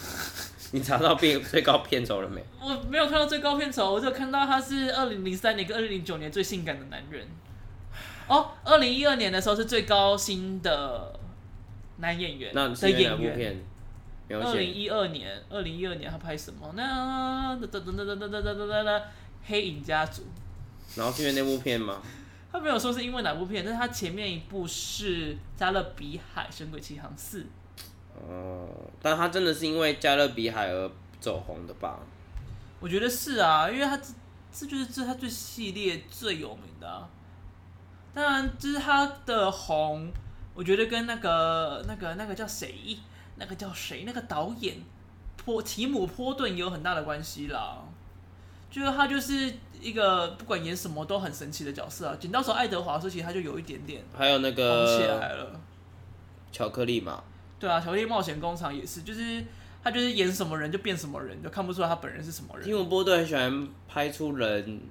Speaker 2: 你查到片最高片酬了没？
Speaker 1: 我没有看到最高片酬，我只有看到他是二零零三年跟二零零九年最性感的男人。哦，二零一二年的时候是最高薪的男演员
Speaker 2: 那
Speaker 1: 的
Speaker 2: 是因为哪
Speaker 1: 演
Speaker 2: 部
Speaker 1: 员。
Speaker 2: 片描
Speaker 1: 二零
Speaker 2: 写？
Speaker 1: 一二年，二零一二年他拍什么呢？哒哒哒哒哒哒哒哒哒哒，黑影家族。
Speaker 2: 然后是因为那部片吗？
Speaker 1: 他没有说是因为哪部片，但是他前面一部是《加勒比海神鬼奇航四》。
Speaker 2: 呃，但他真的是因为《加勒比海》而走红的吧？
Speaker 1: 我觉得是啊，因为他这这就是这他最系列最有名的、啊。当然，就是他的红，我觉得跟那个那个那个叫谁，那个叫谁，那个导演波提姆波顿也有很大的关系啦。就是他就是一个不管演什么都很神奇的角色啊。剪刀手爱德华的时候，其实他就有一点点
Speaker 2: 还有那
Speaker 1: 红起
Speaker 2: 个
Speaker 1: 来了。
Speaker 2: 巧克力嘛，
Speaker 1: 对啊，《巧克力冒险工厂》也是，就是他就是演什么人就变什么人，就看不出来他本人是什么人
Speaker 2: 提。姆波顿很喜欢拍出人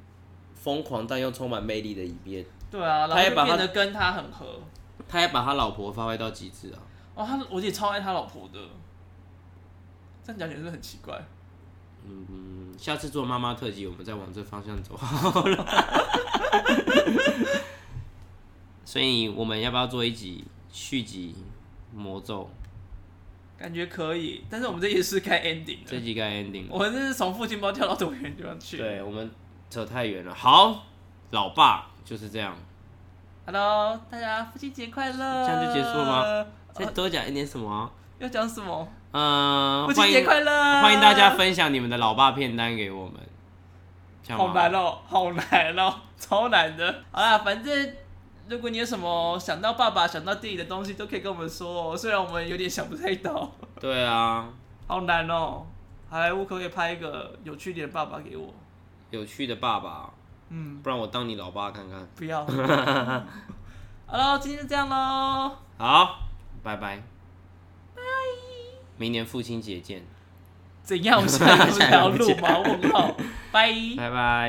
Speaker 2: 疯狂但又充满魅力的一面，
Speaker 1: 对啊，然
Speaker 2: 他也
Speaker 1: 后就
Speaker 2: 把
Speaker 1: 变
Speaker 2: 他
Speaker 1: 得跟他很合。
Speaker 2: 他也把他老婆发挥到极致啊。
Speaker 1: 哦，他我也超爱他老婆的，这样讲起来是很奇怪。
Speaker 2: 嗯，下次做妈妈特辑，我们再往这方向走 好了。所以我们要不要做一集续集魔咒？
Speaker 1: 感觉可以，但是我们这集是该 ending
Speaker 2: 这
Speaker 1: 的，
Speaker 2: 集该 ending 了。
Speaker 1: 我们这是从父亲包跳到多远地方去？
Speaker 2: 对我们扯太远了。好，老爸就是这样，
Speaker 1: ，Hello，大家父亲节快乐！
Speaker 2: 这样就结束了吗再
Speaker 1: 呃
Speaker 2: 多讲一点什么啊？
Speaker 1: 要讲什么？
Speaker 2: 嗯、
Speaker 1: 父亲
Speaker 2: 欢
Speaker 1: 节
Speaker 2: 迎啊
Speaker 1: 快乐！
Speaker 2: 欢迎大家分享你们的老爸片单给我们。这样吗
Speaker 1: 好难哦，好难哦，超难的。好啦，反正如果你有什么想到爸爸、想到弟弟的东西，都可以跟我们说、哦。虽然我们有点想不太到，
Speaker 2: 对啊，
Speaker 1: 好难哦。好莱坞可不可以拍一个有趣一点的爸爸给我？
Speaker 2: 有趣的爸爸，
Speaker 1: 嗯，
Speaker 2: 不然我当你老爸看看。
Speaker 1: 不 要。好喽，今天就这样喽，
Speaker 2: 好，拜拜，拜，明年父亲节见，
Speaker 1: 怎样？我们下一个
Speaker 2: 下一
Speaker 1: 还要
Speaker 2: 个不
Speaker 1: 录
Speaker 2: 见
Speaker 1: 吗？问号，拜。
Speaker 2: 拜拜。